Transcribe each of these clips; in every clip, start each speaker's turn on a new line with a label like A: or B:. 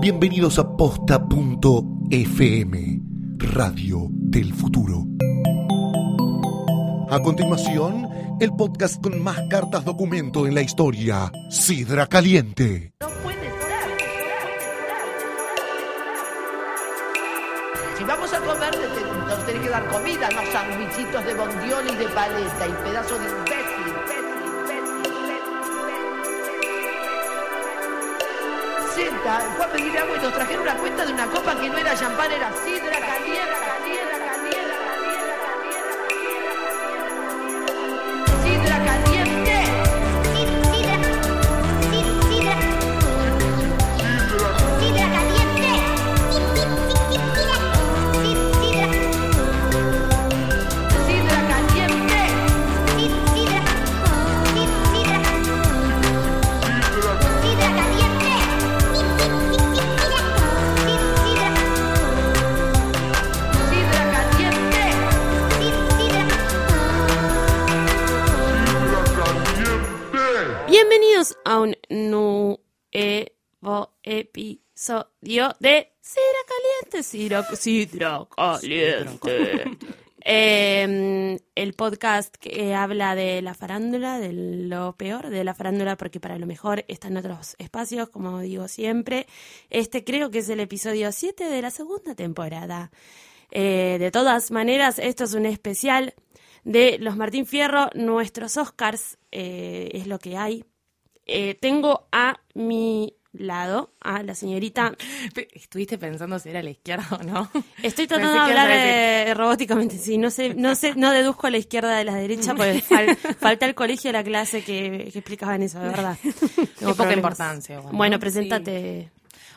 A: Bienvenidos a posta.fm, Radio del Futuro. A continuación, el podcast con más cartas documento en la historia, Sidra Caliente.
B: No puede ser. Si vamos a comer, te- te- nos tenés que dar comida, no sandwichitos de bondiola y de paleta y pedazo de imbécil. Senta, fue a pedir agua y nos trajeron una cuenta de una copa que no era champán, era sidra caliente, caliente, caliente, caliente, caliente. Sidra caliente. Sidra caliente, sidra caliente,
C: Bienvenidos a un nuevo episodio de Cira Caliente, Cira, Sidra Caliente. Eh, el podcast que habla de la farándula, de lo peor de la farándula, porque para lo mejor está en otros espacios, como digo siempre. Este creo que es el episodio 7 de la segunda temporada. Eh, de todas maneras, esto es un especial de los Martín Fierro, nuestros Oscars, eh, es lo que hay. Eh, tengo a mi lado a la señorita.
D: Pe- Estuviste pensando si era a la izquierda o no.
C: Estoy tratando de
D: Pensé que ibas a
C: hablar eh, robóticamente, sí, no sé, no sé, no deduzco a la izquierda de la derecha, porque fal- falta el colegio la clase que, que explicaban eso, de verdad.
D: Tengo poca importancia.
C: Bueno,
D: bueno.
C: preséntate.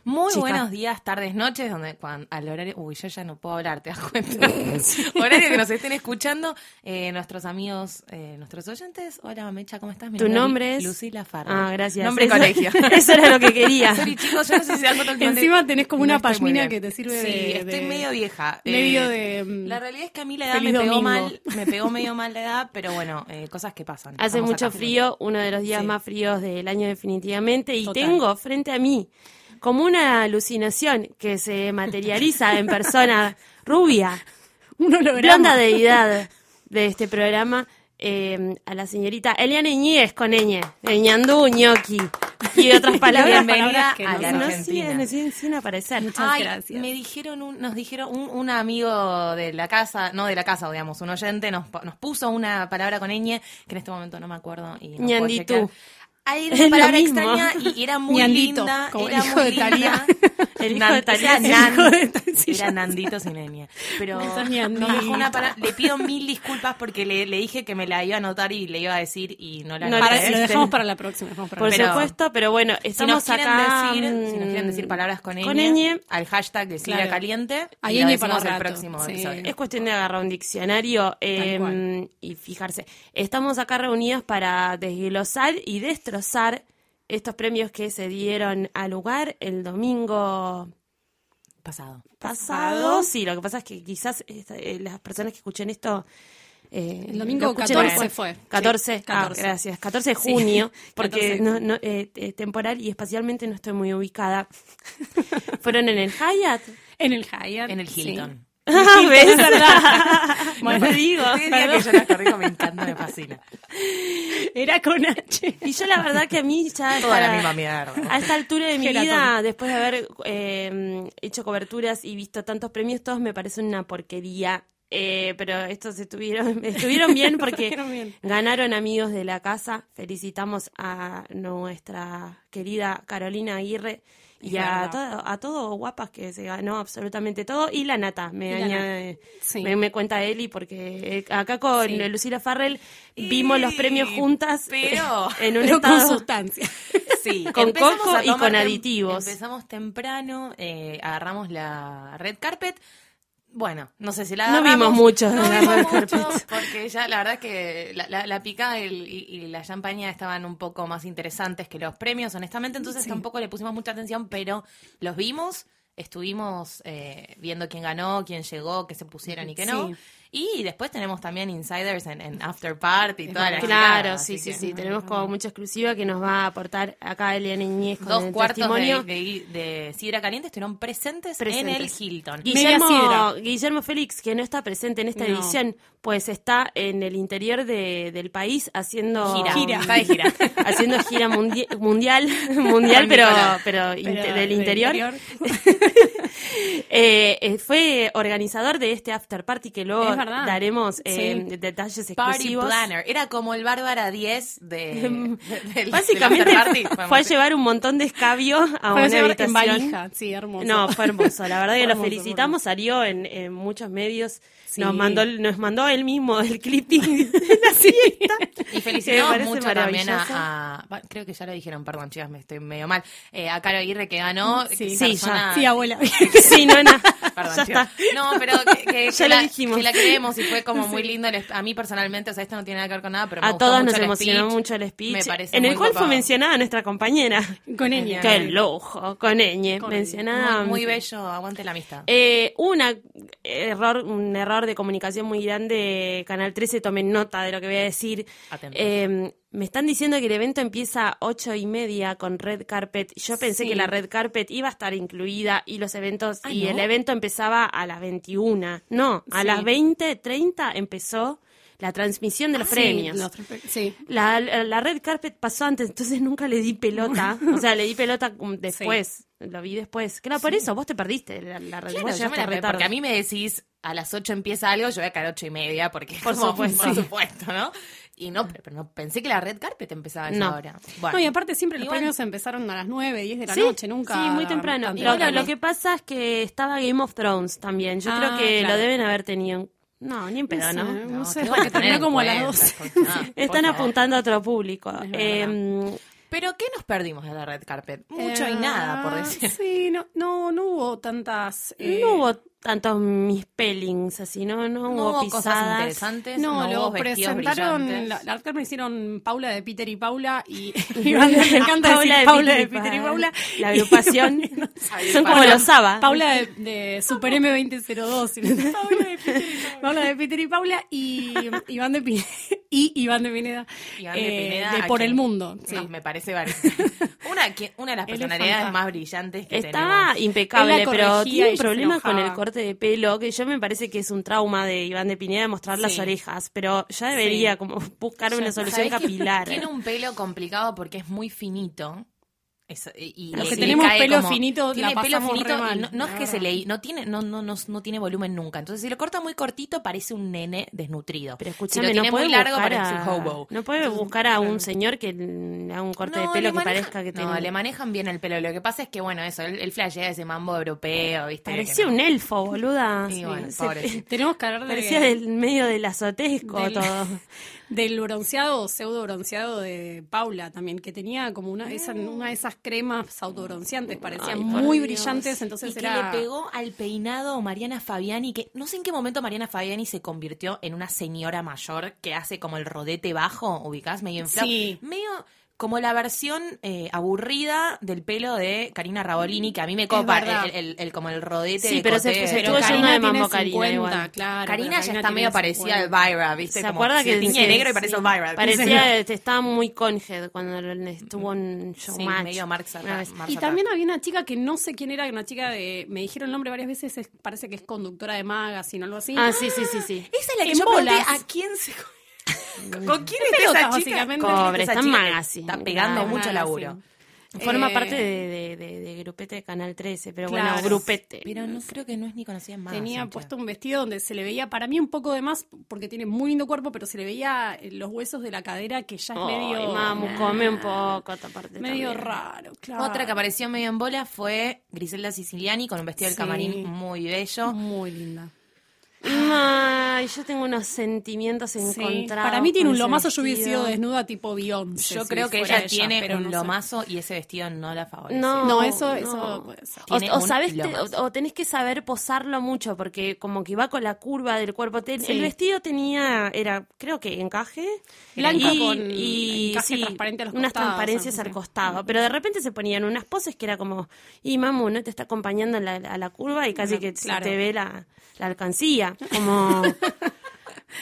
D: Muy
C: Chica.
D: buenos días, tardes, noches, donde cuan- al horario, uy, yo ya no puedo hablar, te das cuenta. horario que nos estén escuchando, eh, nuestros amigos, eh, nuestros oyentes. Hola, Mecha, ¿cómo estás? Mi
C: Tu nombre es.
D: Lucila Farra.
C: Ah, gracias.
D: Nombre y
C: Eso-
D: colegio.
C: Eso era lo que quería.
D: Sorry, chicos, yo no sé si se dan cuenta que no te-
E: Encima tenés como una
D: no estoy muy
E: pashmina
D: bien.
E: que te sirve
D: Sí,
E: de-
D: estoy
E: de-
D: medio vieja.
E: medio
D: Eh,
E: de, mm,
D: La realidad es que a mí la edad me
E: feliz
D: pegó
E: domingo.
D: mal, me pegó medio mal la edad, pero bueno, eh, cosas que pasan.
C: Hace
D: Estamos
C: mucho
D: acá.
C: frío, uno de los días
D: Sí.
C: más fríos del año definitivamente, y
E: Total.
C: tengo frente a mí como una alucinación que se materializa en persona rubia,
E: Un holograma.
C: blonda deidad de este programa, eh, a la señorita Eliana Iñiguez con ñ, de ñandú, ñoqui, y otras palabras. Ah,
D: Bienvenida
E: palabras que
D: a
E: no
D: la
E: se
C: no
D: Argentina.
C: siguen, siguen sin aparecer.
D: Ay,
E: gracias.
D: Me dijeron un- nos dijeron un, un amigo de la casa, no de la casa, digamos, un oyente, nos, po- nos puso una palabra con ñ, que en este momento no me acuerdo. Y no puedo
C: Ñanditú.
D: chequear. Ahí era
C: Es lo
D: una palabra
C: mismo.
D: extraña y, y era muy
E: Ñandito,
D: linda.
E: como el
D: era
E: hijo
D: muy
E: de
D: linda.
E: Talía.
C: El hijo
D: Nan-
C: de Talía
D: era
C: es el
D: Nan.
C: hijo de
D: Era Nandito sin ñ. Pero
E: Está Ñandito.
D: nos dejó una palabra- le pido mil disculpas porque le, le dije que me la iba a anotar y le iba a decir y no la
C: No,
E: Para-
D: anoté.
C: Este.
E: lo dejamos para la próxima. dejamos para
C: Por
E: la
D: Pero-
C: supuesto, pero bueno,
D: Si nos,
C: estamos
D: quieren
C: acá.
D: decir, si nos quieren
C: mm,
D: decir palabras con ñ,
C: con ñ,
D: al hashtag de Sidra
E: Claro.
D: Caliente,
E: Hay
D: y lo
E: ñ para
D: decimos el
E: rato,
D: próximo
E: sí.
D: episodio.
C: Es cuestión de agarrar un diccionario eh,
E: cual.
C: y fijarse. Estamos acá reunidas para desglosar y destrozar estos premios que se dieron al lugar el domingo
D: Pasado.
C: pasado. Sí, lo que pasa es que quizás esta- eh, las personas que escuchen esto... eh,
E: El domingo
C: lo escuchen
E: 14
C: después.
E: fue.
C: 14,
E: Sí,
C: ah,
E: 14.
C: gracias. 14 de junio, porque
E: 14.
C: no- no, eh, eh, temporal y espacialmente no estoy muy ubicada. Fueron en el Hyatt.
E: próxima. En el Hyatt.
D: En el Hilton.
C: ¿Ves? No te digo.
D: Este día que yo las corrijo me encanta, me fascina.
E: sí. Era con H.
C: Y yo la verdad que a mí ya... a
D: Toda la
C: esta-
D: misma mierda.
C: A esta altura de mi
E: Gelatón.
C: vida, después de haber eh, hecho coberturas y visto tantos premios, todos me parecen una porquería. Eh, pero estos estuvieron, estuvieron bien porque
E: Estuvieron bien.
C: ganaron amigos de la casa. Felicitamos a nuestra querida Carolina Aguirre y
E: Es
C: a
E: verdad.
C: todo, a todo guapas que se ganó absolutamente todo. Y la nata, me
E: Y la
C: añade,
E: Sí.
C: me, me cuenta Eli, porque eh, acá con
E: Sí.
C: Lucila Farrell vimos los premios juntas
D: pero-
C: en un
E: Pero con
C: estado-
E: sustancia.
D: Sí,
C: Con
D: empezamos
C: coco
D: a
C: y
D: tomar
C: con
D: tem-
C: aditivos.
D: Empezamos temprano, eh, agarramos la red carpet. Bueno, no sé si la
C: No
D: agarramos.
C: vimos mucho de
D: No
C: la
D: vimos
C: red
D: mucho,
C: carpet.
D: Porque ya la verdad es que la, la- la picada y, y- y la champaña estaban un poco más interesantes que los premios, honestamente. Entonces tampoco le pusimos mucha atención, pero los vimos. Estuvimos eh, viendo quién ganó, quién llegó, qué se pusieron y qué no.
E: Sí.
D: Y después tenemos también insiders en, en After Party y toda la
C: Claro, sí, sí, sí. Tenemos como mucha exclusiva que nos va a aportar acá Eliana Iñez con
D: Dos
C: el
D: cuartos
C: testimonio.
D: de, de, de Sidra Caliente estuvieron presentes, en el
C: Presentes.
D: Hilton.
C: Guillermo,
E: Media
C: Guillermo Félix, que no está presente en esta
E: No.
C: edición, pues está en el interior de- del país haciendo
D: gira.
E: Gira.
D: Está de gira.
C: haciendo gira mundi- mundial, mundial, pero,
D: Nicolás.
C: pero, inte-
E: Pero
C: del interior. Eh, eh, fue organizador de este after party que luego
E: Es verdad.
C: daremos eh,
E: Sí.
C: detalles
D: Party
C: exclusivos.
D: Planner. Era como el Bárbara 10 de, de- del-
C: Básicamente
D: del after party,
C: fue a
D: podemos
C: llevar un montón de escabio a
E: Fue
C: una
E: llevar
C: habitación.
E: en valija, sí, hermoso.
C: No, fue hermoso. La verdad que lo
E: Hermoso,
C: felicitamos. Salió en, en muchos medios.
E: Sí.
C: Nos mandó nos mandó él mismo el clipping de la siesta. Que
D: Y
C: me
D: felicitamos
C: parece
D: mucho también
C: maravilloso.
D: a, a- va, Creo que ya lo dijeron, perdón, chicas, me estoy medio mal. Eh, a Caro Aguirre que ganó.
E: Sí,
C: Sí,
D: persona-
E: Sí, abuela.
C: Sí, no, no.
D: Perdón,
C: ya
D: chicas.
C: está.
D: No, pero que, que-
C: Ya
D: que
C: lo
D: la,
C: dijimos.
D: que la creemos y fue como muy lindo. el esp- a mí personalmente, o sea, esto no tiene nada que ver con nada, pero me
C: A
D: gustó
C: todos
D: mucho
C: nos
D: el
C: emocionó
D: speech.
C: mucho el speech.
D: Me parece
C: en el
D: muy
C: cual
D: copado.
C: fue mencionada nuestra compañera.
E: Con ella.
C: Qué lujo, con ñ. Mencionada.
D: Muy, muy bello, aguante la amistad.
C: Eh, una error, un error de comunicación muy grande. Canal 13, tomen nota de lo que voy a decir.
D: Atentos.
C: Eh, me están diciendo que el evento empieza a ocho y media con red carpet. Yo pensé
E: Sí.
C: que la red carpet iba a estar incluida y los eventos
E: Ah,
C: y
E: ¿no?
C: el evento empezaba a las 21. No, a
E: Sí.
C: las 20:30 empezó la transmisión
D: Ah,
C: de los
E: Sí,
C: premios.
E: los tres pre- Sí.
C: La, la red carpet pasó antes, entonces nunca le di pelota. O sea, le di pelota um, después. Lo vi después. Claro, por eso vos te perdiste la, la red.
D: Claro,
C: vos
D: yo me
C: llegaste
D: la
C: re
D: re-
C: tarde.
D: porque a mí me decís a las 8 empieza algo, yo voy a caer 8 y media, porque
C: Por
D: como, pues,
C: supuesto.
D: por supuesto, ¿no? Y no, pero no pensé que la red carpet empezaba a esa
C: No.
D: hora. Bueno.
E: No, y aparte siempre los
D: Igual-
E: premios empezaron a las 9, 10 de la
C: Sí,
E: noche, nunca.
C: Sí, muy temprano.
E: tan
C: Lo,
E: temprano.
C: lo que pasa es que estaba Game of Thrones también. Yo
E: Ah,
C: creo que
E: claro.
C: lo deben haber tenido. No, ni en pedo, ¿no?
E: sé, No sé,
D: tengo que tener
E: terminó
D: en
E: como a las
D: cuenta,
E: 12.
D: escuchá, por
C: Están
D: favor.
C: apuntando a otro público. Eh,
D: Pero ¿qué nos perdimos de la red carpet? Mucho y
E: Eh,
D: nada, por decir.
E: Sí, no, no, no hubo tantas. eh,
C: no hubo tantos mispellings así, ¿no? No, hubo
D: No hubo cosas
C: pisadas.
D: interesantes,
E: No,
D: no,
E: lo
D: hubo vestidos
E: presentaron.
D: brillantes.
E: La, la Artcar me hicieron Paula de Peter y Paula. Y y me encanta decir
C: Paula de
E: Paula
C: Peter
E: de
C: y
E: Peter y
C: Pa-
E: Paula.
C: la
E: y-
C: agrupación. Son como
E: Paula-
C: los Saba.
E: Paula de, de Super M2002. y no- Paula de Peter y Paula. Paula de Peter y Paula y Iván de Pineda. Y Iván de Pineda.
D: Iván de
E: eh,
D: Pineda,
E: de
D: a
E: Por
D: quien-
E: el Mundo.
D: No,
E: sí.
D: me parece vari- una, que- una de las
E: Él es
D: personalidades
E: fantástico.
D: más brillantes que
C: Estaba
D: tenemos.
C: impecable,
E: Él la
C: pero
E: corregía
C: tiene
E: y
C: un
E: ella se
C: problema con el
E: enojaba.
C: corte de pelo, que yo me parece que es un trauma de Iván de Pineda de mostrar las
D: Sí.
C: orejas, pero ya debería como buscar una solución
D: ¿Sabés que
C: capilar.
D: Tiene un pelo complicado porque es muy finito. Es- eh, y,
E: Los
D: y
E: que
D: le
E: tenemos
D: cae
E: pelo
D: como-
E: finito
D: tiene
E: la
D: pelo
E: pasamos
D: finito y
E: re mal,
D: no, no es
E: la
D: que se
E: verdad.
D: le no tiene no, no, no, no tiene volumen nunca entonces si lo corta muy cortito parece un nene desnutrido
C: Pero
D: si
C: escúchame, no
D: lo tiene
C: puede
D: muy largo
C: buscar
D: parece
C: a,
D: un hobo
C: no puede buscar a un señor que le haga un corte de
D: No,
C: pelo
D: le
C: que
D: maneja-
C: parezca que
D: no,
C: tiene...
D: le manejan bien el pelo. Lo que pasa es que, bueno, eso, el, el flashea de ese mambo europeo, ¿viste?
C: Parecía
D: Que
C: un
D: no.
C: elfo, boluda.
D: Y
C: Sí,
D: bueno,
C: se-
D: pobrecito.
E: Tenemos que hablar de.
C: Parecía del medio del azotesco
E: Del-
C: todo.
E: del bronceado, pseudo bronceado de Paula también, que tenía como una, esa- una de esas cremas autobronceantes, parecían
C: Ay, por
E: muy
C: Dios.
E: brillantes, entonces
D: y que
E: era...
D: le pegó al peinado Mariana Fabiani, que no sé en qué momento Mariana Fabiani se convirtió en una señora mayor que hace como el rodete bajo, ubicás, medio inflado.
E: Sí.
D: Medio como la versión eh, aburrida del pelo de Karina Rabolini, que a mí me copa
E: verdad.
D: el, el- el- como el rodete
C: Sí,
D: de
C: pero se-
D: coté.
C: se
E: Pero
C: estuvo
E: Karina
C: yendo de
E: tiene
C: mambo Karina
E: 50,
C: igual.
D: Karina ya
E: claro. pero Karina
D: está
E: tiene
D: medio parecida a
E: 50.
D: Elvira,
C: ¿Se
D: ¿viste? Como
C: acuerda que
D: se tiñe
C: sí,
D: negro y parece
C: sí.
D: Elvira?
C: Parecía, estaba muy congedo cuando lo- estuvo en
D: Sí,
C: showmatch.
D: medio Mark Zappa-
C: Una vez.
D: Mark
E: Y
D: Zappa.
E: también había una chica que no sé quién era, una chica de... Me dijeron el nombre varias veces, es- parece que es conductora de magazine o algo así.
C: Ah, sí, sí, sí, sí.
D: Esa es la que
E: En
D: yo pregunté
E: bolas.
D: a quién se... ¿Con con quién
E: En
D: está
E: pelotas,
D: esa chica?
E: básicamente.
D: ¿Con quién
C: Pobre,
D: esa
C: está en
D: chica que
C: Magazine.
D: Está pegando
C: Ah, en
D: mucho laburo.
C: Forma
E: Eh,
C: parte de, de, de- de grupete de Canal 13, pero
E: Claro.
C: bueno, grupete.
D: Pero no creo que no es ni conocida en Magazine.
E: Ah, Tenía
D: creo.
E: puesto un vestido donde se le veía, para mí un poco de más, porque tiene muy lindo cuerpo, pero se le veía eh, los huesos de la cadera que ya es
C: Ay,
E: medio... Ah,
C: mamu, come un poco esta parte
E: Medio
C: también.
E: raro, claro.
D: Otra que apareció medio en bola fue Griselda Siciliani con un vestido del
E: Sí.
D: camarín muy bello.
E: Muy linda.
C: Ay, yo tengo unos sentimientos
E: Sí,
C: encontrados.
E: Para mí tiene
C: con
E: un
C: ese
E: lomazo, yo hubiese
C: vestido.
E: sido desnuda tipo Beyoncé.
D: Yo
E: si
D: creo que
E: fuera
D: ella tiene
E: pero
D: un
E: no sé.
D: lomazo y ese vestido no la favorece.
C: No,
E: No, eso-
C: no.
E: eso puede ser.
C: O,
D: Tiene
C: o
D: un
C: sabes, te-
D: lomazo.
C: o, o tenés que saber posarlo mucho, porque como que va con la curva del cuerpo. Ten-
E: Sí.
C: El vestido tenía, era, creo que encaje.
E: Blanco
C: y,
E: con
C: y-
E: encaje
C: sí,
E: transparente a los
C: unas
E: costados,
C: transparencias
E: algo
C: al
E: así.
C: costado. Pero de repente se ponían unas poses que era como, y mamu, no te está acompañando a la, a la curva y casi
E: Bueno,
C: que se
E: claro.
C: te ve la, la alcancía. Como,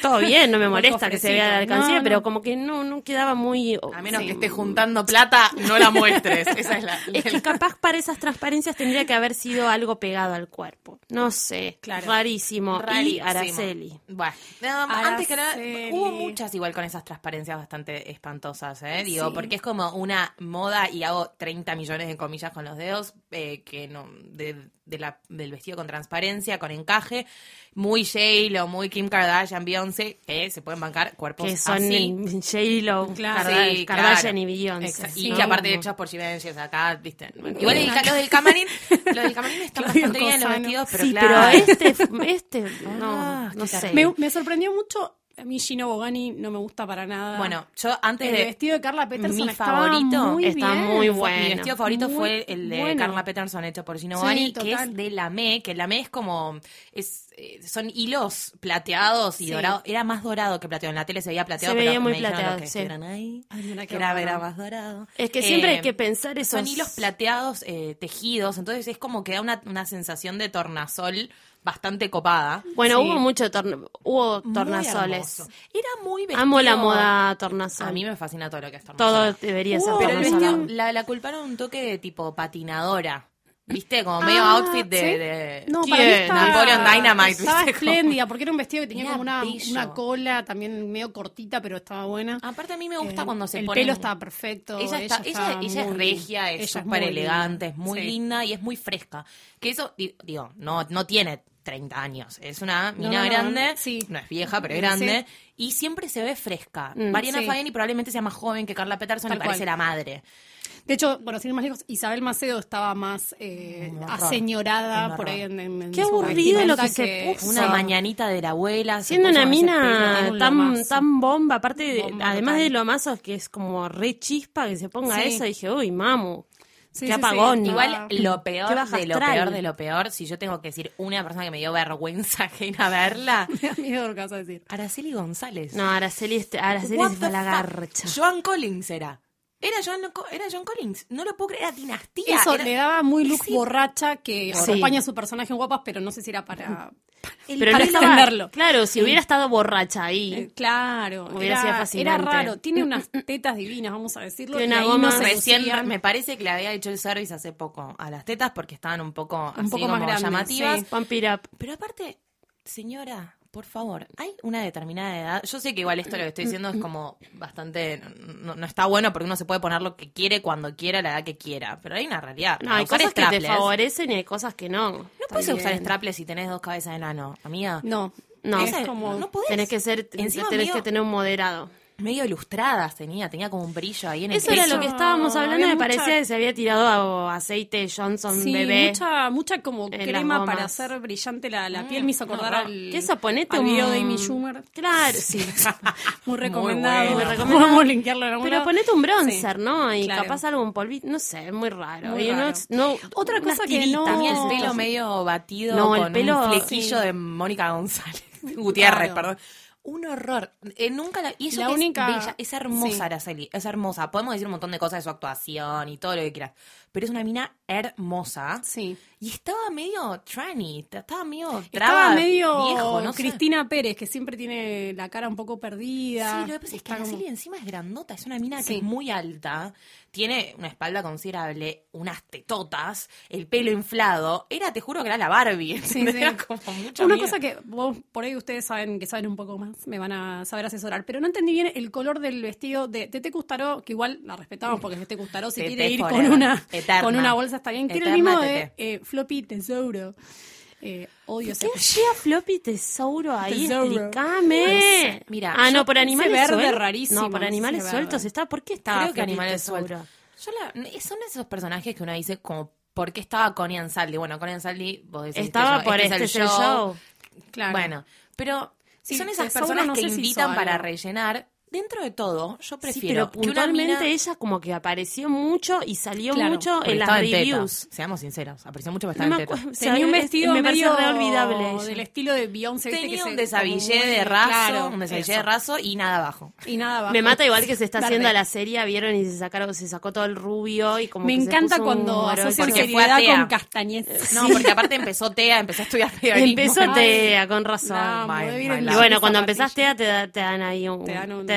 C: Todo bien, no me molesta que
E: cofrecito.
C: se vea la alcancía,
E: No, no.
C: pero como que no, no quedaba muy...
D: A menos
C: sí.
D: que estés juntando plata, no la muestres. Esa es la.
C: Es que capaz para esas transparencias tendría que haber sido algo pegado al cuerpo. No sé.
D: Claro.
C: Rarísimo. Y
D: Rarísimo.
C: Araceli.
D: Bueno, no, antes que nada,
E: Araceli.
D: hubo muchas igual con esas transparencias bastante espantosas, ¿eh? Digo,
E: Sí.
D: porque es como una moda y hago 30 millones de comillas con los dedos, eh, que no, de, de la, del vestido con transparencia, con encaje, muy J-Lo, muy Kim Kardashian, Beyoncé, que se pueden bancar cuerpos
C: Que son
D: así.
C: J-Lo,
E: Claro.
C: Karda-
D: Sí, claro.
C: Kardashian y Beyoncé.
D: Exacto. Y
C: ¿no?
D: que aparte
C: Como-
D: hechos por Givenchy, o sea, acá, viste. Bueno, igual el- los del camarín, los del camarín están
E: Claudio
D: bastante bien los
E: Cosano.
D: vestidos, pero
C: sí,
D: claro.
C: pero este, f- este, no,
D: Ah,
C: no
D: qué
C: sé.
E: Me, me sorprendió mucho. A mí Gino Bogani no me gusta para nada.
D: Bueno, yo antes
E: el
D: de
E: vestido de Carla Peterson
D: mi
E: estaba
D: favorito
E: muy
C: está
E: bien.
C: muy
D: Fue-
C: bueno.
D: Mi vestido favorito
E: Muy
D: fue el de
E: bueno.
D: Carla Peterson hecho por Gino
E: Sí,
D: Bani, que
E: total.
D: es de lamé, que el lamé es como es eh, son hilos plateados y
E: Sí.
D: dorado, era más dorado que plateado, en la tele se veía plateado,
C: Se
D: pero
C: veía muy
D: me dijeron los
C: plateado,
D: que
C: sí.
D: estuvieron ahí,
E: Ay, mira qué
D: que era,
E: bueno.
D: era más dorado.
C: Es que siempre
D: Eh,
C: hay que pensar esos...
D: son hilos plateados eh, tejidos, entonces es como que da una, una sensación de tornasol bastante copada.
C: Bueno,
E: Sí.
C: hubo mucho torno- hubo
D: Muy
C: tornasoles.
D: hermoso. Era muy vestido.
C: Amo la moda tornasol.
D: A mí me fascina todo lo que es
C: Todo
D: tornasol.
C: debería ser
E: Hubo-
D: Pero el
E: Vamos a
C: tornasol.
D: vestido la,
E: hablar.
D: la culparon un toque de tipo patinadora. ¿Viste? Como medio outfit de.
E: Ah, ¿sí?
D: de-
E: No,
C: ¿Quién?
E: para mí estaba,
D: Napoleon Dynamite, ¿viste?
E: Estaba
D: Como-
E: espléndida, porque era un vestido que tenía
D: Era
E: como una,
D: bello.
E: una cola también medio cortita, pero estaba buena.
D: Aparte, a mí me gusta
E: Eh,
D: cuando se
E: El
D: pone.
E: pelo estaba perfecto.
D: Ella, está, ella,
E: estaba
D: ella es
E: muy-
D: regia, es
E: ella
D: súper
E: muy
D: elegante, es muy
E: Sí.
D: linda y es muy fresca. Que eso, di- digo, no, no tiene 30 años. Es una
E: No,
D: mina
E: no, no,
D: grande.
E: sí. Mm,
D: No es vieja, pero es grande. Y siempre se ve fresca. Mariana
E: sí.
D: Fabiani probablemente sea más joven que Carla Peterson y
E: Tal
D: parece la
E: cual.
D: madre.
E: De hecho, bueno, sin ir más lejos, Isabel Macedo estaba más eh,
D: Un horror. Un
E: aseñorada
D: horror.
E: por ahí en, en- en
C: Qué
E: su
C: aburrido lo que
E: vestimenta
C: se puso.
D: Una
C: Sí.
D: mañanita de la abuela. se
C: Siendo
D: puso
C: una
D: con ese
C: mina
D: pelo.
E: un
C: tan,
E: lomazo.
C: tan bomba, aparte, de-
D: Bomba
C: además
D: total.
C: de lo mazo que es como re chispa que se ponga
E: Sí.
C: eso, dije, uy, mamu,
E: Sí,
C: qué
E: sí, sí.
C: apagón.
D: Igual
E: Ah.
D: lo
C: Qué
D: peor
C: baja
D: de lo
C: astral.
D: peor de lo peor, si yo tengo que decir una persona que me dio vergüenza ajena verla,
E: Me da miedo lo que vas a decir.
D: Araceli González.
C: No, Araceli, es- Araceli
D: What
C: es
D: the
C: la
D: fuck?
C: garcha.
D: Joan Collins era. Era Joan, Co- era Joan Collins. No lo puedo creer, era dinastía.
E: Eso
D: era-
E: le daba muy look
D: Sí.
E: borracha que
C: Sí.
E: acompaña a su personaje en guapas, pero no sé si era para.
D: el
C: Pero no
E: para
D: pelo-
C: estaba-
E: extenderlo.
C: Claro, si hubiera estado borracha ahí.
E: Eh, Claro,
C: Hubiera sido
E: era, era
C: fascinante.
E: raro. Tiene unas tetas divinas, vamos a decirlo.
C: Tiene una
E: que ahí
C: goma
E: no se
D: Recién
E: lucían.
D: me parece que le había hecho el service hace poco a las tetas porque estaban un poco, así
E: poco
D: como
E: más grandes,
D: llamativas.
E: sí.
C: Pump it up.
D: Pero aparte, señora, por favor, hay una determinada edad. Yo sé que igual esto lo que estoy diciendo es como bastante. No, no está bueno porque uno se puede poner lo que quiere, cuando quiera, la edad que quiera. Pero hay una realidad.
C: No,
D: Para
C: hay
D: usar
C: cosas que te
D: Ah, strapless,
C: favorecen y hay cosas que no.
D: No puedes usar strapless si tenés dos cabezas de nano, amiga.
E: No,
C: No,
E: es
D: Esa-
E: como.
D: no podés.
C: Tenés que ser,
D: Encima
C: tenés
D: mío-
C: que tener un moderado.
D: Medio ilustradas tenía, tenía como un brillo ahí en el
C: Eso era
D: pecho.
C: lo que estábamos hablando,
E: había
C: me
E: mucha-
C: parecía que se había tirado a- aceite Johnson
E: sí,
C: bebé.
E: mucha, mucha como
C: en las
E: crema
C: gomas. Mm,
E: para hacer brillante la, la piel. Me hizo acordar
D: no,
E: al,
C: ¿Qué eso? Ponete
E: al
C: un-
E: video de Amy Schumer.
C: Claro, sí.
E: Muy recomendado.
D: bueno.
E: Vamos a linkearlo en algún
C: Pero
E: lado.
C: ponete un bronzer,
E: Sí,
C: ¿no? Y
E: claro.
C: capaz algo un polvito, no sé, muy raro.
E: Muy
C: Y no
E: raro.
C: es- no-
E: Otra
C: unas
E: cosa que
C: tiritas,
E: no-
D: También
C: esas
D: el pelo
C: cosas.
D: medio batido
C: No, el
D: con
C: pelo-
D: un flequillo
C: sí.
D: de Mónica González. Gutierrez,
E: Claro.
D: perdón. Un horror. Eh, nunca la. Y eso
E: La
D: que es
E: única-
D: bella, es hermosa,
E: sí.
D: Araceli. Es hermosa. Podemos decir un montón de cosas de su actuación y todo lo que quieras. Pero es una mina hermosa.
E: Sí.
D: Y estaba medio tranny. Estaba medio traba,
E: Estaba medio
D: viejo, no sé.
E: Cristina Pérez, que siempre tiene la cara un poco perdida.
D: Sí, lo que pasa es que
E: Está como-
D: Araceli encima es grandota, es una mina
E: Sí.
D: que es muy alta, tiene una espalda considerable, unas tetotas, el pelo inflado. Era, te juro que era la Barbie.
E: Sí, sí.
D: Era como mucha
E: Una
D: mina.
E: cosa que vos, por ahí ustedes saben, que saben un poco más, me van a saber asesorar, pero no entendí bien el color del vestido de Tete Custaró, que igual la respetamos porque Tete Custaró si
D: Tete
E: quiere ir con
D: forever.
E: una,
D: Eterna.
E: con una bolsa está bien, que era el
D: Eterna
E: mismo de
D: Tete.
E: eh, Floppy Tesouro. Eh, odio ese
C: ¿Qué llega floppy tesauro ahí?
E: Tesauro.
C: Explícame.
D: No sé. Mira,
C: ah, no,
D: yo
C: por
E: ese
C: animales
E: verde
C: sueltos.
E: rarísimo,
C: No, por
E: ese
C: animales
E: verde.
C: sueltos está. ¿Por qué estaba
D: Creo que
C: Floppy
D: animales
C: Tesauro?
D: sueltos. Yo la- son esos personajes que uno dice como, ¿por qué estaba Connie and Sally? Bueno, Connie and Sally, vos decís,
C: Estaba
D: este
C: por
D: es
C: este, es el show.
E: Claro.
D: Bueno, pero
E: Sí,
D: son esas
E: Tesauro
D: personas
E: no
D: que
E: sé si hizo
D: invitan para
E: algo.
D: rellenar dentro de todo, yo
C: Sí,
D: prefiero
C: pero
D: que una
C: puntualmente
D: mina...
C: ella como que apareció mucho y salió
E: Claro,
C: mucho
D: Porque
C: en las
D: estaba en teta,
C: reviews.
D: Seamos sinceros, apareció mucho
C: No
D: bastante.
C: me acuerdo, o sea,
E: Tenía un
C: es-
E: vestido
C: me
E: medio
C: parece reolvidable. ella.
E: del estilo de Beyoncé. viste,
D: Tenía
E: que
D: un
E: se- como
D: desabillé
E: muy-
D: de raso,
E: claro,
D: un desabillé
E: eso.
D: de raso y nada abajo.
E: Y nada abajo.
C: Me mata igual que se está
E: Verde.
C: haciendo a la serie, vieron y se sacaron, se sacó todo el rubio y como
E: Me
C: que se
E: encanta
C: puso
E: cuando
C: un aro-
E: asocian
D: Porque fue
E: seriedad
D: atea.
E: con castañez.
D: No, porque aparte empezó TEA, empezó a estudiar periodismo.
C: Empezó
E: Ay,
C: TEA, con razón.
E: No,
D: my-
E: muy
D: my
E: bien en
D: love.
C: y
E: la-
C: bueno, cuando
E: zapatilla.
C: empezás TEA te, da- te dan ahí un...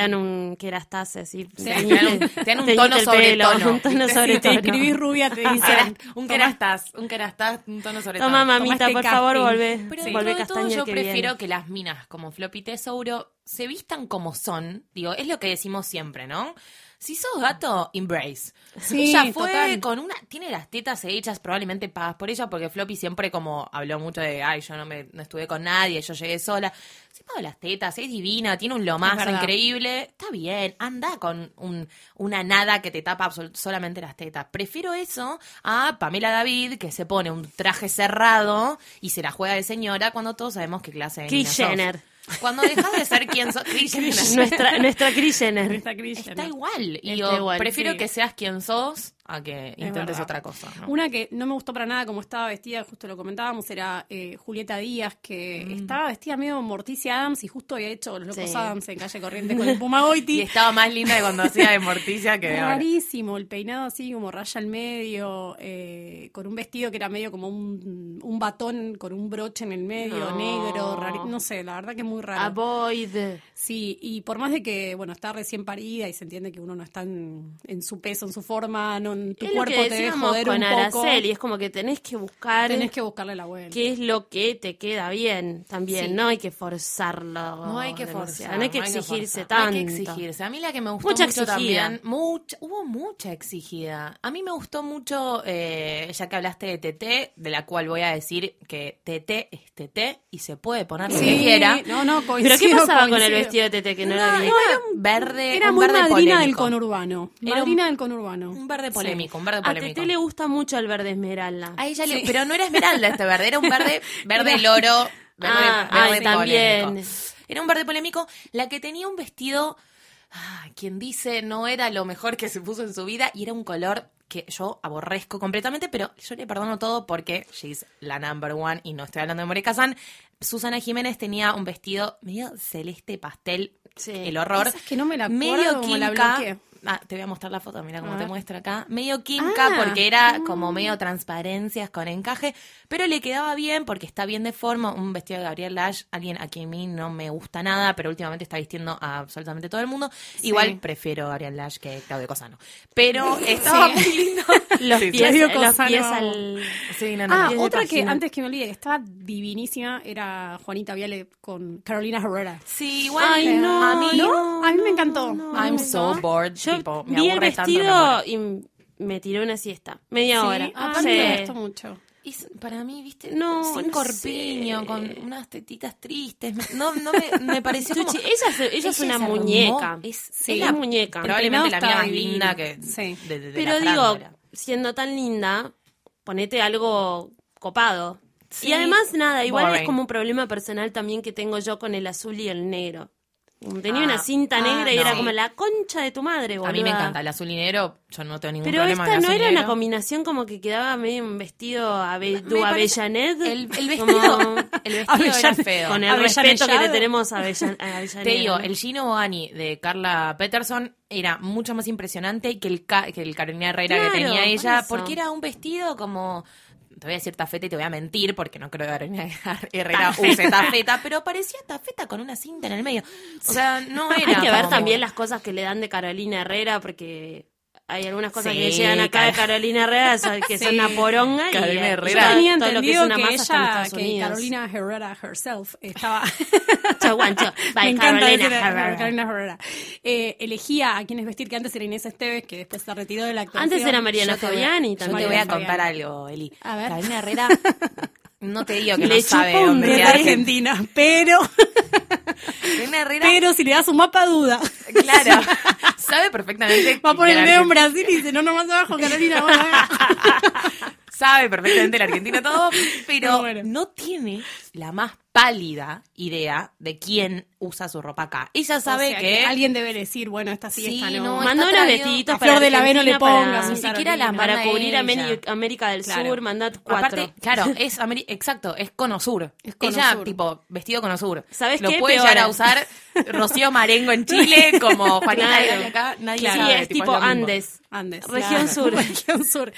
C: Te dan un... querastase, así. teñite-
D: dan un- te dan un
C: teñite
D: tono
C: el
D: sobre
C: pelo,
D: tono.
C: Un tono
D: Sí,
C: sobre
E: Si te
C: tono.
E: escribís rubia, te
D: Un querastás,
E: dicen.
D: un
E: tomá-
D: querastás, un querastás, un tono sobre
C: Toma,
D: tono.
C: mamita,
E: tomaste
C: por favor,
E: casting.
C: volvé.
D: Pero dentro
C: volvé
D: de todo,
C: castaña
D: yo
C: que
D: prefiero
C: viene.
D: que las minas como Floppy Tesouro se vistan como son. Digo, es lo que decimos siempre, ¿no? Si sos gato, embrace.
E: Sí,
D: ella fue
E: total.
D: con una. Tiene las tetas hechas, probablemente pagas por ella, porque Floppy siempre como habló mucho de. Ay, yo no, me, no estuve con nadie, yo llegué sola. Se paga las tetas, es divina, tiene un
E: Es
D: lomazo
E: verdad.
D: increíble. Está bien, anda con un- una nada que te tapa absol- solamente las tetas. Prefiero eso a Pamela David, que se pone un traje cerrado y se la juega de señora cuando todos sabemos qué clase de.
C: Kris
D: mina sos.
C: Jenner.
D: Cuando dejas de ser quien sos. Kris Jenner.
C: Nuestra, nuestra Kris Jenner.
E: Esta Kris
D: Está
E: Jenner.
D: igual. Y
C: Está
D: yo
C: igual,
D: prefiero
C: sí.
D: que seas quien sos a que
E: Es
D: intentes
E: verdad.
D: otra cosa. ¿no?
E: Una que no me gustó para nada como estaba vestida, justo lo comentábamos, era eh, Julieta Díaz, que estaba vestida medio Morticia Adams y justo había hecho los locos
C: Sí.
E: Adams en Calle Corriente con el Puma
D: Y
E: Goiti.
D: estaba más linda de cuando hacía de Morticia que ahora.
E: Rarísimo, el peinado así como raya al medio, eh, con un vestido que era medio como un, un batón con un broche en el medio,
C: No.
E: negro, rari- no sé, la verdad que muy raro.
C: Avoid.
E: Sí, y por más de que, bueno, está recién parida y se entiende que uno no está en, en su peso, en su forma, no, en tu
C: Es lo
E: cuerpo
C: que
E: te debe
C: decíamos
E: joder
C: con
E: un poco.
C: Araceli, es como que tenés que buscar
E: Tenés que buscarle la vuelta.
C: qué es lo que te queda bien también,
E: Sí.
C: no hay que forzarlo.
D: No hay que
C: demasiado,
D: forzar.
C: no hay que exigirse
D: forzar,
C: tanto.
D: No hay que exigirse. A mí la que me gustó
C: Mucha
D: mucho
C: exigida.
D: también. mucha- hubo mucha exigida. A mí me gustó mucho, eh, ya que hablaste de TT, de la cual voy a decir que TT es TT y se puede poner lo que quiera.
E: no, no,
C: Pero ¿qué
E: coincido,
C: pasaba con el
E: coincido.
C: vestido de Tete que no, lo
D: Era-
C: vi?
D: era un verde.
E: Era
D: un
E: muy
D: verde
E: madrina del
D: polémico.
E: conurbano.
D: Era un-
E: madrina del conurbano. Ah,
D: Un verde polémico, un verde
C: A
D: polémico.
C: Tete le gusta mucho el verde esmeralda.
D: A ella le, pero no era esmeralda este verde, era un verde, verde loro, verde,
C: Ah,
D: verde
C: ay, también.
D: polémico. Era un verde polémico, la que tenía un vestido, ah, quien dice no era lo mejor que se puso en su vida, y era un color que yo aborrezco completamente, pero yo le perdono todo porque she's la number one, y no estoy hablando de More Kazan. Susana Jiménez tenía un vestido medio celeste pastel,
C: Sí.
D: el horror.
E: Esa es que no me la acuerdo
D: medio
E: como la
D: quinca.
E: bloqueé.
D: Ah, te voy a mostrar la foto, mira
E: A
D: cómo te
E: ver.
D: muestro acá. Medio quinca
E: Ah.
D: porque era como medio transparencias con encaje, pero le quedaba bien porque está bien de forma. Un vestido de Gabriel Lash, alguien a quien a mí no me gusta nada, pero últimamente está vistiendo a absolutamente todo el mundo. Igual prefiero a Gabriel Lash que Claudio Cosano. Pero estaba
E: Sí.
D: muy lindo.
C: Los
D: Sí, sí.
C: pies,
E: Claudio
C: los
E: Cosano.
C: pies al...
D: Sí, no, no,
E: Ah,
D: no.
C: pies de
E: otra que
C: página.
E: antes que me olvide, que estaba divinísima, era Juanita Viale con Carolina Herrera.
D: Sí, igual
C: Ay, no,
D: a mí
E: ¿No? A mí me encantó. A mí
D: I'm
E: me
D: so
E: encantó.
D: bored.
C: Yo
D: tipo, me
C: vi el
D: aburre tanto, me
C: vestido
D: muero.
C: y m- me tiré una siesta, media
E: Sí,
C: hora.
E: a
C: Sí.
E: mí me gustó mucho.
D: Y s- para mí, viste,
C: No,
D: sin
C: no
D: corpiño,
C: sé.
D: con unas tetitas tristes. me- No, no me, me pareció como...
C: Tuchi, ella, es- ella es una
D: hermo-
C: muñeca.
D: Es,
C: Sí,
D: es
C: es
D: la-
C: muñeca.
D: Probablemente la mía
E: Peinado
D: más
E: está
D: linda
E: divino.
D: que...
E: Sí.
D: de- de- de
C: Pero
D: la
C: digo,
D: farándula.
C: siendo tan linda, ponete algo copado. y además, nada, igual
D: boring.
C: es como un problema personal también que tengo yo con el azul y el negro. Como Tenía
D: Ah,
C: una cinta
E: ah,
C: negra y
D: no.
C: era como la concha de tu madre, boluda.
D: A mí me encanta el azul y negro, yo no tengo ningún
C: Pero esta
D: problema con el
C: no
D: azul
C: era
D: y
C: una
D: negro.
C: combinación como que quedaba medio un vestido ave, du
D: Me parece-
C: Avellanet.
D: El, el
C: como-
D: vestido, el vestido era
E: Avellan-
D: feo.
C: Con el
E: Avellanellado.
C: respeto que le tenemos a Avellan- a Avellaneda.
D: Te digo,
C: ¿no?
D: el Gino Bogani de Carla Peterson era mucho más impresionante que el, ca- que el Carolina Herrera
C: Claro,
D: que tenía
C: por
D: ella,
C: eso.
D: porque era un vestido como. Te voy a decir tafeta y te voy a mentir porque no creo que Carolina Herrera use tafeta, pero parecía tafeta con una cinta en el medio. O sea, no era.
C: Hay que ver
D: como-
C: también las cosas que le dan de Carolina Herrera, porque hay algunas cosas
D: Sí,
C: que llegan acá de
D: Car-
C: Carolina Herrera son- que son
E: Sí.
C: una poronga. y,
D: Carolina
C: eh,
E: Yo
D: Herrera. Era
C: todo
E: tenía
C: lo que es
E: entendido
C: una
E: que,
C: masa está en
E: ella,
C: Estados
E: que
C: Unidos.
E: Carolina Herrera herself estaba...
C: Chau, guancho. Bye,
E: me encanta
C: Carolina
E: decir,
C: Herrera.
E: Carolina Herrera. Eh, elegía a quienes vestir, que antes era Inés Esteves, que después se retiró de la actuación.
C: Antes era
D: Yo
C: Mariana
D: te voy a-
C: Fabiani
D: Yo te
C: también.
D: voy a
E: Mariana
D: contar algo, Eli.
E: A ver.
D: Carolina Herrera, no te digo que
C: Le
D: no sabe
C: chupa un
D: dónde
E: de
D: queda
C: dedo.
D: Argentina.
E: Argentina, pero,
D: Carolina Herrera,
E: pero si le das un mapa duda.
D: claro, sabe perfectamente.
E: Va a poner
D: que
E: el
D: la
E: dedo en
D: Argentina-
E: Brasil y dice, no, no más abajo, Carolina. vamos a ver".
D: sabe perfectamente el argentino todo, pero
E: Me muero.
D: no tiene la más pálida idea de quién usa su ropa acá. Ella sabe
E: O sea,
D: que,
E: alguien debe decir, bueno, esta sí,
D: Sí,
E: esta no.
D: no,
C: Mandó unos
D: traído
C: vestiditos
E: a Flor de la B no le
C: Argentina para-
E: pongas,
C: Ni
E: Susana
C: siquiera las
E: Argentina.
C: para
D: Manda
C: cubrir
D: ella.
C: Ameri- América del
D: Claro.
C: Sur, mandad cuatro.
D: Aparte, claro, es Ameri- exacto, es conosur.
E: Es Cono
D: Ella,
E: Sur.
D: tipo, vestido conosur.
C: ¿Sabés
D: Lo
C: qué?
D: puede
C: Peor.
D: llegar a usar Rocío Marengo en Chile, como Juanita
C: Claro.
D: Viale acá, nadie
C: Sí,
D: sabe,
C: es
D: tipo,
C: tipo
D: lo mismo.
C: Andes.
E: Andes.
C: Región Sur.
E: Región Sur.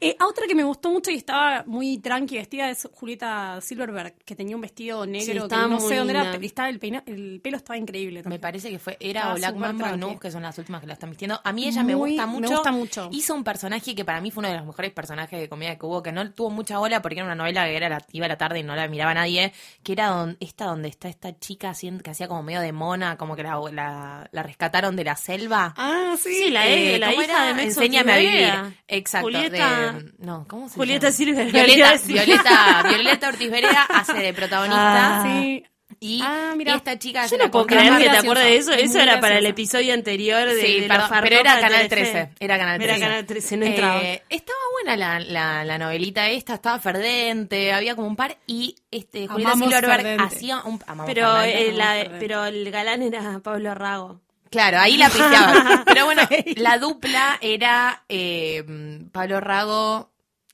E: Eh, a otra que me gustó mucho y estaba muy tranqui vestida es Julieta Silverberg, que tenía un vestido negro que
C: estaba
E: no
C: muy
E: sé dónde era,
C: linda.
E: pero estaba el, peina- el pelo estaba increíble
D: Me
E: también.
D: parece que fue era
E: Estaba
D: o Black
E: súper
D: Mamba o
E: tranqui.
D: Nous, que son las últimas que la están vistiendo. A mí ella me
E: Muy-
D: gusta
E: me
D: mucho.
E: gusta mucho.
D: Hizo un personaje que para mí fue uno de los mejores personajes de comedia que hubo, que no tuvo mucha ola porque era una novela que era la, iba a la tarde y no la miraba nadie, que era don- esta donde está esta chica haciendo- que hacía como medio de mona, como que la, la- la rescataron de la selva.
E: Ah, sí.
C: Sí, la,
D: Eh,
C: la
D: ¿cómo
C: hija
D: era?
C: de Nelson
D: Enséñame a vivir.
C: Rivera.
D: Exacto.
C: Julieta.
D: de- no, ¿cómo se
C: Julieta
D: llama?
C: Silver, iba a
D: Violeta,
C: decir. Ah,
D: Violeta, Violeta Ortiz Vereda hace de protagonista.
E: Ah, Sí.
D: Y
E: Ah, mira.
D: esta chica hace
C: Yo no
D: la
C: puedo
D: contra-
C: creer que te
E: graciosa.
C: acuerdes de eso.
E: Es
C: Eso
E: muy
C: era para el
E: graciosa.
C: episodio anterior de,
D: Sí,
C: de
D: perdón,
C: los
D: pero
C: farlopas
D: era
C: de
D: Canal
C: Telefe.
D: 13. Era Canal 13.
C: Era Canal 13, no entraba.
D: Eh, estaba buena la, la, la novelita esta, estaba Ferdente, había como un par. Y este, Julieta
E: Amamos
D: Silverberg
E: Ferdente.
D: hacía un. amamos
C: Pero,
D: Ferdente.
C: eh, la-
E: Fernández.
C: pero el galán era Pablo Rago.
D: Claro, ahí la pifiaba. Pero bueno, la dupla era eh, Pablo Rago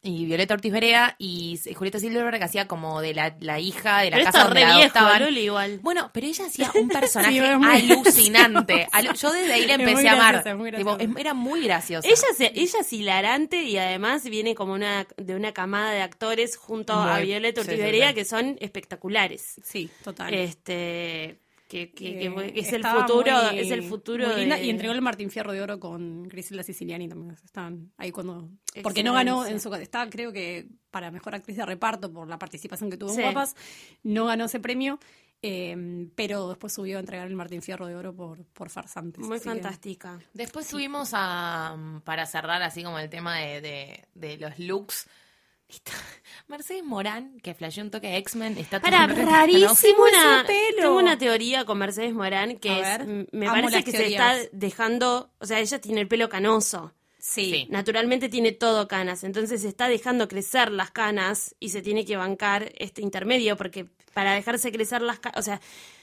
D: y Violeta Ortiz Berea y eh, Julieta Silverberg que hacía como de la, la hija de la
C: Pero esto
D: casa
C: es
D: donde
C: re
D: la
C: viejo,
D: adoptaban.
C: Luli, igual.
D: Bueno, pero ella hacía un personaje
E: Sí, es muy
D: alucinante. Alu- Yo desde ahí la
E: Es muy
D: empecé a amar.
E: graciosa, es muy
D: Tipo,
E: graciosa.
D: es- era muy graciosa.
C: Ella, se- ella es hilarante y además viene como una de una camada de actores junto a
D: Muy-
C: Violeta
D: sí,
C: Ortiz
D: sí,
C: Berea
D: sí.
C: que son espectaculares.
E: Sí, total.
C: Este que, que- que
E: Eh,
C: es, el
E: estaba
C: futuro,
E: muy-
C: es el futuro,
E: muy
C: de-
E: linda, Y entregó el Martín Fierro de Oro con Griselda Siciliani también. Estaban ahí cuando. Porque no ganó en su. Estaba, creo que, para mejor actriz de reparto por la participación que tuvo
C: Sí.
E: en Guapas. No ganó ese premio. eh, pero después subió a entregar el Martín Fierro de Oro por, por Farsantes.
C: Muy
E: así que-
C: fantástica.
D: Después subimos a. mm, Para cerrar, así como el tema de, de- de los looks. Está- Mercedes Morán, que flasheó un toque de X-Men, está
C: Para,
D: tomando-
C: rarísimo
E: ¿Cómo es su
C: una,
E: pelo?
C: tengo una teoría con Mercedes Morán que
E: A
C: es,
E: ver,
C: m- me
E: amo
C: parece
E: las
C: que
E: teorías.
C: se está dejando, o sea, ella tiene el pelo canoso.
D: Sí.
C: Naturalmente tiene todo canas, entonces se está dejando crecer las canas y se tiene que bancar este intermedio porque para dejarse crecer las canas, o sea,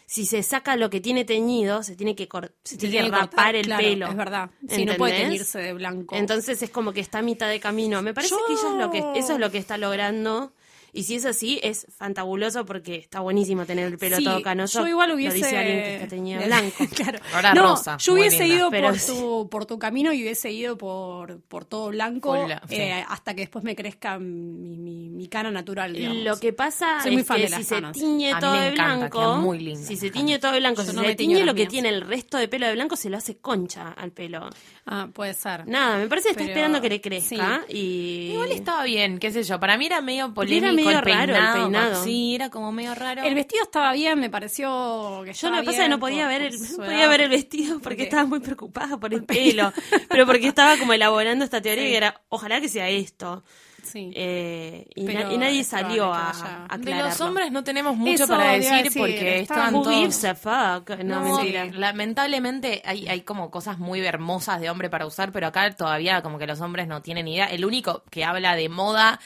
C: si se saca lo que tiene teñido, se tiene que, cor- se tiene que rapar
E: cortar,
C: el
E: claro,
C: pelo.
E: Es verdad. Sí, no
C: ¿Entendés?
E: puede teñirse de blanco.
C: Entonces es como que está a mitad de camino. Me parece
E: Yo-
C: que, ella es lo que eso es lo que está logrando. Y si es así, es fantabuloso porque está buenísimo tener el pelo
E: Sí,
C: todo canoso.
E: Yo igual
C: Lo
E: hubiese.
C: dice alguien que está teñido
E: de-
C: blanco.
E: claro.
D: Ahora
E: no,
D: rosa,
E: Yo
D: muy
E: hubiese
D: linda,
E: ido
C: pero
E: por,
C: sí.
E: tu, por tu camino y hubiese ido por, por todo blanco
D: Por la- sí.
E: eh, hasta que después me crezca mi, mi, mi cara natural. Digamos.
C: Lo que pasa
E: Soy muy
C: es
E: fan
C: que
E: de las
C: si se
E: canas.
C: tiñe
D: A mí
C: todo
D: me
C: de
D: encanta,
C: blanco,
D: quedan muy lindas
C: si se
D: las
C: tiñe
D: canas.
C: todo de blanco,
E: Yo
C: si
E: no
C: se
E: me tiño
C: tiñe lo
E: las
C: que
E: mías.
C: tiene el resto de pelo de blanco, se lo hace concha al pelo.
E: Ah, puede ser.
C: Nada, me parece que está
E: Pero-
C: esperando que le crezca y
D: Igual estaba bien, qué sé yo. Para mí era medio
C: Porque
D: polémico
C: era medio
D: el
C: raro el
D: peinado.
C: peinado.
D: Sí, era como medio raro.
E: El vestido estaba bien, me pareció que
C: Yo
E: estaba
C: lo que pasa es que
E: bien
C: no podía
E: por-
C: ver el,
E: por
C: no
E: su
C: podía
E: edad.
C: ver el vestido porque
E: Porque-
C: estaba muy preocupada por el pelo, pero porque estaba como elaborando esta teoría
E: Sí.
C: que era ojalá que sea esto.
E: Sí.
C: Eh, y,
E: Pero
C: na- y nadie
E: es probable
C: salió
E: que
C: a,
E: vaya.
C: a
D: de
C: aclararlo.
D: los hombres no tenemos mucho
E: Eso
D: para
E: te
D: decir,
E: iba a decir,
D: porque
E: estaban
D: estaban
C: Who
D: todos.
C: gives a fuck? No,
D: No,
C: mentira.
D: lamentablemente hay, hay como cosas muy hermosas de hombre para usar, pero acá todavía como que los hombres no tienen idea. El único que habla de moda,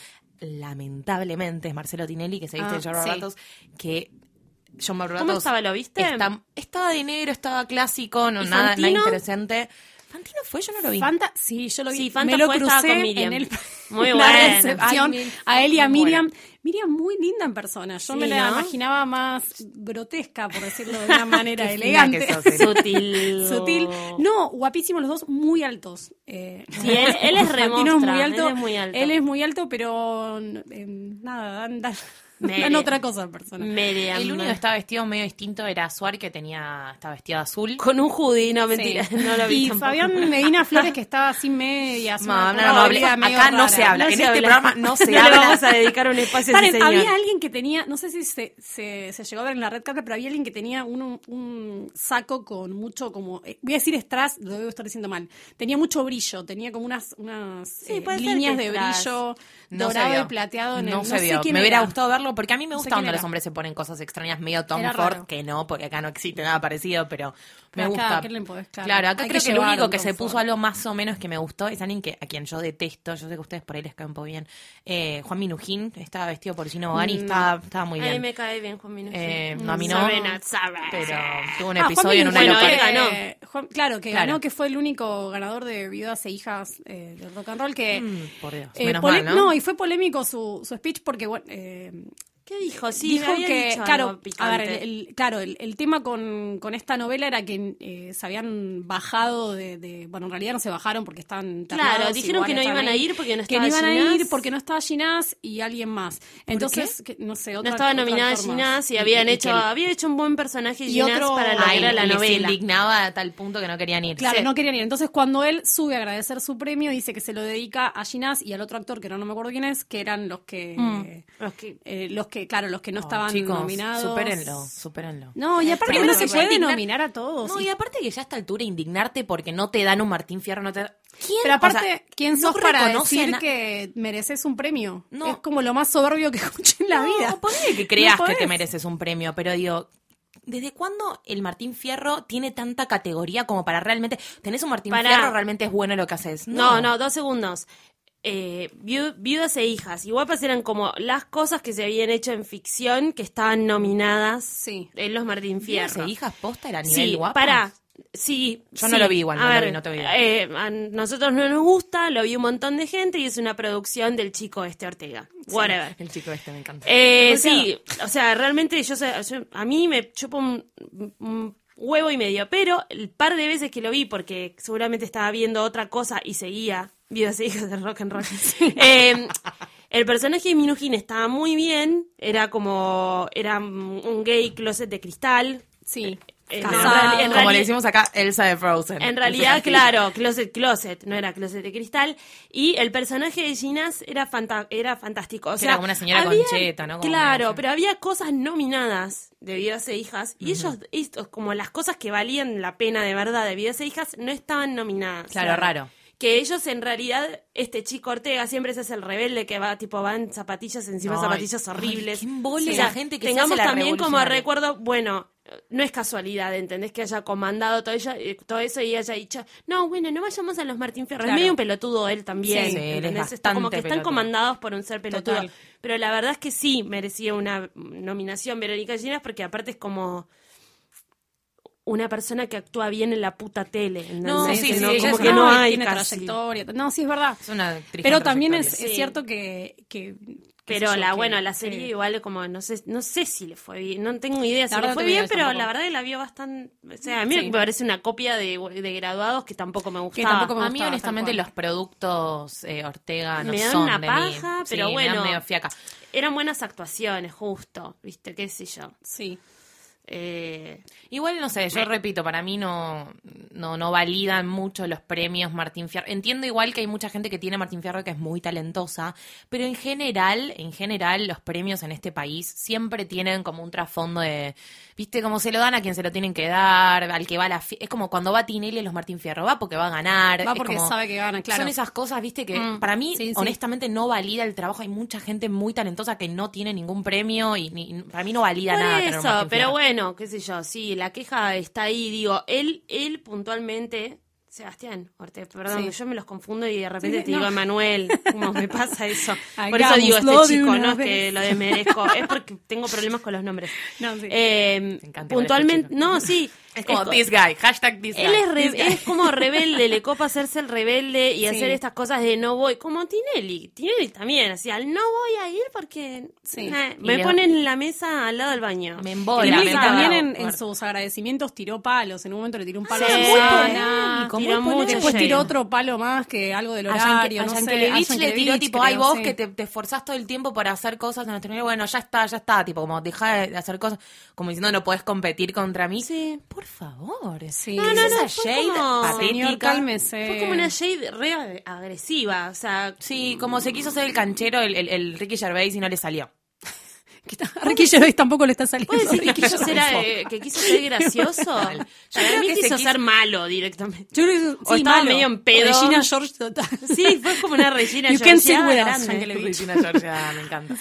D: lamentablemente, es Marcelo Tinelli, que se viste
E: Ah,
D: de John
E: sí.
D: Barbatos, que John Barbatos...
C: ¿Cómo estaba? ¿Lo viste?
D: está- estaba de negro, estaba clásico, no
C: ¿Y
D: nada, nada
C: Fantino?
D: interesante. ¿Fantino fue? Yo no lo vi.
E: Fanta, sí, yo lo vi.
C: Sí, Fanta
E: me lo
C: fue, estaba
E: crucé
C: con Miriam.
E: en el
C: Muy
E: la
C: bueno.
E: recepción,
D: Ay, Mil-
E: a él y a
D: muy
E: Miriam. Miriam muy linda en persona. Yo me
C: Sí,
E: la
C: ¿no?
E: imaginaba más grotesca, por decirlo de una manera
D: Qué fina que
E: elegante.
D: sos, eh.
C: Sutil.
E: Sutil. No, guapísimos los dos, muy altos. Eh,
C: Sí, él- él es re
E: Fantino
C: mostra, él es muy alto.
E: Él es muy alto, pero eh, nada, dan, dan-
C: Mere.
E: dan otra cosa en persona.
C: Miriam.
D: El único que estaba vestido medio distinto era Suar, que tenía estaba vestido de azul.
C: Con un hoodie, no, mentira.
E: Sí.
C: No lo vi
E: y
C: tampoco.
E: Fabián Medina Flores que estaba sin medias.
D: No,
E: una
D: no, no,
E: vida
D: hable-
E: medio
D: acá no
E: rara.
D: se habla.
C: No
D: en
C: se
D: este
C: habla.
D: programa no se
C: No le
D: habla.
C: vamos a dedicar un espacio a ese
E: Paren,
C: señor.
E: había alguien que tenía, no sé si se, se, se llegó a ver en la red carpet, pero había alguien que tenía un, un saco con mucho como, eh, voy a decir strass, lo debo estar diciendo mal, tenía mucho brillo, tenía como unas, unas eh,
C: puede ser
E: líneas
C: que
E: de
C: strass.
E: brillo
D: No se
E: dorado
D: vio.
E: y plateado en el,
D: No se
E: sé
D: vio.
E: quién
D: Me hubiera
E: era.
D: gustado verlo buscarlo, porque a mí me
E: No sé
D: gusta
E: quién
D: cuando
E: era.
D: los hombres se ponen cosas extrañas, medio Tom
E: Era
D: Ford,
E: raro.
D: que no, porque acá no existe nada parecido, pero me
E: Pero acá,
D: gusta.
E: ¿qué le podés? Claro.
D: acá
E: Hay
D: creo
E: que
D: que, el
E: llevar
D: único
E: un
D: que se
E: Tom
D: puso
E: Ford.
D: algo más o menos que me gustó es alguien que, a quien yo detesto, yo sé que a ustedes por ahí les caen un poco bien, eh, Juan Minujín, estaba vestido por Sino Bogani,
C: Mm.
D: estaba, estaba muy
C: A mí
D: bien.
C: me cae bien Juan Mm, Minujín.
D: Eh, no, a mí no.
C: Sabrina, Sabrina.
D: Pero tuvo un
E: Ah, Juan
D: episodio en una
E: Minujín,
C: Bueno,
D: local.
C: él ganó.
E: eh, Juan- claro, que
D: Claro.
E: ganó, que fue el único ganador de Viudas e Hijas eh, de Rock and Roll que...
D: Mm, por Dios,
E: eh,
D: menos
E: pole-
D: mal, ¿no?
E: y fue polémico su, su speech porque, bueno, eh,
C: ¿Qué dijo? Sí, me
E: dijo
C: había
E: que,
C: dicho
E: claro,
C: algo picante.
E: a ver, el, el- claro, el, el tema con, con esta novela era que eh, se habían bajado de, de- bueno, en realidad no se bajaron porque estaban
C: Claro,
E: internados,
C: dijeron
E: igual
C: que no
E: estaban
C: iban a
E: ahí,
C: ir porque no
E: que no
C: estaba
E: iban a
C: Ginás.
E: ir porque no estaba Ginás y alguien más. Entonces, que- no sé,
C: no
E: otra,
C: estaba
E: otro
C: nominada
E: actor más.
C: Ginás y
E: Y-
C: habían
E: y
C: hecho,
E: que-
C: había hecho un buen personaje
E: Y
C: Ginás
E: otro-
C: para lo que
E: Ay,
C: era la
D: les
C: novela.
D: indignaba a tal punto que no querían ir.
E: Claro,
D: Sí.
E: no querían ir. Entonces, cuando él sube a agradecer su premio, dice que se lo dedica a Ginás y al otro actor, que no, no me acuerdo quién es, que eran los que,
C: Mm. Los que-
E: eh, los que, claro, los que no
D: Ay,
E: estaban
D: Oh, Ah, chicos,
E: nominados.
D: Supérenlo, supérenlo.
E: No, y aparte
D: Pero no
E: uno
D: se
E: se puede
D: puede indignar.
E: nominar a todos.
D: No,
E: y
D: y aparte que ya a esta altura indignarte porque no te dan un Martín Fierro, no te dan- ¿Quién?
E: Pero aparte,
D: O sea,
E: ¿quién
D: no
E: sos para
D: reconoce a
E: decir
D: na-
E: que mereces un premio?
D: No.
E: Es como lo más soberbio que escuché en la
D: No,
E: vida.
D: ponele que creas
E: No
D: que te
E: podés.
D: mereces un premio, pero digo, ¿desde cuándo el Martín Fierro tiene tanta categoría como para realmente... ¿Tenés un Martín
C: Pará.
D: Fierro? ¿Realmente es bueno lo que haces?
C: No, no, dos segundos. Eh, viu- viudas e hijas. Y guapas eran como las cosas que se habían hecho en ficción que estaban nominadas
E: Sí.
C: en los Martín
D: Fierro.
C: Fierro.
D: hijas posta era a nivel
C: Sí,
D: guapas?
C: pará. Sí,
D: Yo
C: sí.
D: no lo vi igual,
C: A
D: no lo
C: ver,
D: vi, no te vi.
C: eh, a nosotros no nos gusta, lo vi un montón de gente y es una producción del chico este Ortega. Whatever.
D: El chico este me encanta.
C: Eh,
E: Claro.
C: sí, o sea, realmente yo, sé- yo- a mí me chupo un, un huevo y medio, pero el par de veces que lo vi, porque seguramente estaba viendo otra cosa y seguía vidas e hijas de rock and roll. eh, el personaje de Minujín estaba muy bien, era como, era un gay closet de cristal.
E: Sí.
C: Eh, no, en
E: Casado.
D: Como
C: realidad-
D: le decimos acá, Elsa de Frozen.
C: en realidad, claro, Closet Closet, no era Closet de Cristal. Y el personaje de Ginás era, fanta- era fantástico. O
D: Que
C: sea,
D: era como una señora
C: había-
D: concheta, ¿no? Como
C: claro,
D: una-
C: pero había cosas nominadas de Vidas e Hijas. Y ellos, estos, como las cosas que valían la pena de verdad de Vidas e Hijas, no estaban nominadas.
D: Claro, raro.
C: Que ellos en realidad, este chico Ortega siempre se hace el rebelde que va, tipo, van zapatillas encima,
D: Ay,
C: zapatillas
D: ay,
C: horribles.
D: qué embole la gente que se
C: Tengamos
D: hace la
C: también como
D: revolucionaria.
C: recuerdo recuerdo, bueno, no es casualidad, ¿entendés? Que haya comandado todo, ella- eh, todo eso y haya dicho, no, bueno, no vayamos a los Martín Fierro.
D: Claro.
C: Es medio un pelotudo él también.
D: Sí, sí, él es
C: ¿entendés? Está
D: bastante
C: como que están
D: pelotudo.
C: comandados por un ser pelotudo.
E: Total.
C: Pero la verdad es que sí merecía una nominación Verónica Ginás porque aparte es como una persona que actúa bien en la puta tele.
D: No,
C: ¿entendés?
D: sí,
C: Que
D: sí,
C: no-
D: ella
C: como
D: es
C: que
D: una-
C: no hay
E: tiene
C: casi.
E: trayectoria. No, sí, es verdad.
D: Es una actriz
E: Pero
D: con
E: también es,
D: trayectoria.
E: es
C: Sí.
E: cierto que... que- qué sé
C: Pero
E: yo,
C: la
E: que-
C: bueno, la serie
E: que-
C: igual como no sé, no sé si le fue bien, no tengo idea si
E: verdad
C: le
E: no
C: fue
E: tengo idea
C: bien, pero
E: tampoco.
C: la verdad que la vio bastante, o sea, a mí
E: Sí.
C: me parece una copia de, de graduados que tampoco me gustaba.
E: tampoco me
D: Ah, A mí,
E: gustaba,
D: honestamente,
E: tal cual.
D: los productos eh, Ortega no
C: Me dan
D: son
C: una
D: de
C: paja,
D: mí.
C: pero
D: Sí, Me
C: bueno.
D: dan medio fiaca.
C: Eran buenas actuaciones, justo, viste, qué sé yo.
E: Sí.
C: Eh,
D: Igual, no sé, yo repito, para mí no, no, no validan mucho los premios Martín Fierro. Entiendo igual que hay mucha gente que tiene Martín Fierro que es muy talentosa, pero en general, en general, los premios en este país siempre tienen como un trasfondo de, viste, como se lo dan a quien se lo tienen que dar, al que va a la fie- Es como cuando va Tinelli a los Martín Fierro, va porque va a ganar.
E: Va
D: es
E: porque
D: como-
E: sabe que gana, claro.
D: Son esas cosas, viste, que para mí,
E: sí, sí.
D: honestamente, no valida el trabajo. Hay mucha gente muy talentosa que no tiene ningún premio y ni- para mí no valida
C: por
D: nada. tener un
C: eso,
D: Martín
C: pero
D: Fierro.
C: bueno, qué sé yo, sí, la queja está ahí, digo, él él puntualmente Sebastián, Ortega, perdón,
E: Sí.
C: yo me los confundo y de repente
E: Sí,
C: te digo
E: no.
C: Emanuel, ¿cómo me pasa eso? Por eso
E: Hagámoslo
C: digo
E: de
C: este chico,
E: una
C: no es que
E: vez.
C: lo desmerezco, es porque tengo problemas con los nombres.
E: No, sí.
C: Eh,
D: Me encanta
C: puntualmente,
D: igual este chico.
C: no, sí.
D: Es como
C: co-
D: this guy, hashtag this guy.
C: Él es, re-
D: This guy.
C: es como rebelde, le copa hacerse el rebelde y hacer estas cosas de no voy, como Tinelli. Tinelli también, así, al no voy a ir porque
E: Sí.
C: eh,
D: Y
C: me
D: le-
C: ponen en la mesa al lado del baño.
D: Me
E: Y
D: embola,
C: Tinelli
D: me
E: Lili
C: estaba
E: también
D: embola.
C: bravo.
E: en, en sus agradecimientos tiró palos. En un momento le tiró un palo
C: Sí,
E: a
C: muy
E: Susana.
C: polémico, muy
E: Tiró mucho.
C: polémico.
E: Después tiró otro palo más que algo del
D: A Yanke-
E: horario.
D: a
E: no sé,
D: Yankelevich
E: a
D: le tiró
E: Yankelevich,
D: tipo,
E: creo,
D: ay vos
E: sí.
D: que te, te esforzás todo el tiempo para hacer cosas en la tecnología". bueno, ya está, ya está, tipo como dejá de hacer cosas, como diciendo no podés competir contra mí.
C: Sí.
D: Por favor. ¿Es
E: Sí. No, no, no,
D: esa
C: fue
D: Jade
C: como-
D: patética?
E: Señor, cálmese.
C: Fue como una Jade re ag- agresiva, o sea,
D: Sí, como se quiso hacer el canchero el, el- el Ricky Gervais y no le salió.
E: Que está- Ricky Gervais tampoco le está saliendo.
C: ¿Puedes decir que
E: Ricky
C: quiso, ser,
E: Gervais.
C: eh, que quiso ser gracioso? Para
D: creo
C: mí
D: que se
C: quiso
D: quiso-
C: ser malo directamente.
E: Yo creo que
C: O
E: sí,
C: estaba
E: malo.
C: medio en pedo.
E: Regina George total.
C: Sí, fue como una Regina
E: You can't sit
C: Georgiada
E: with us,
C: "Ah, grande.
E: Yankelevich.
D: Cristina Georgia, me encanta.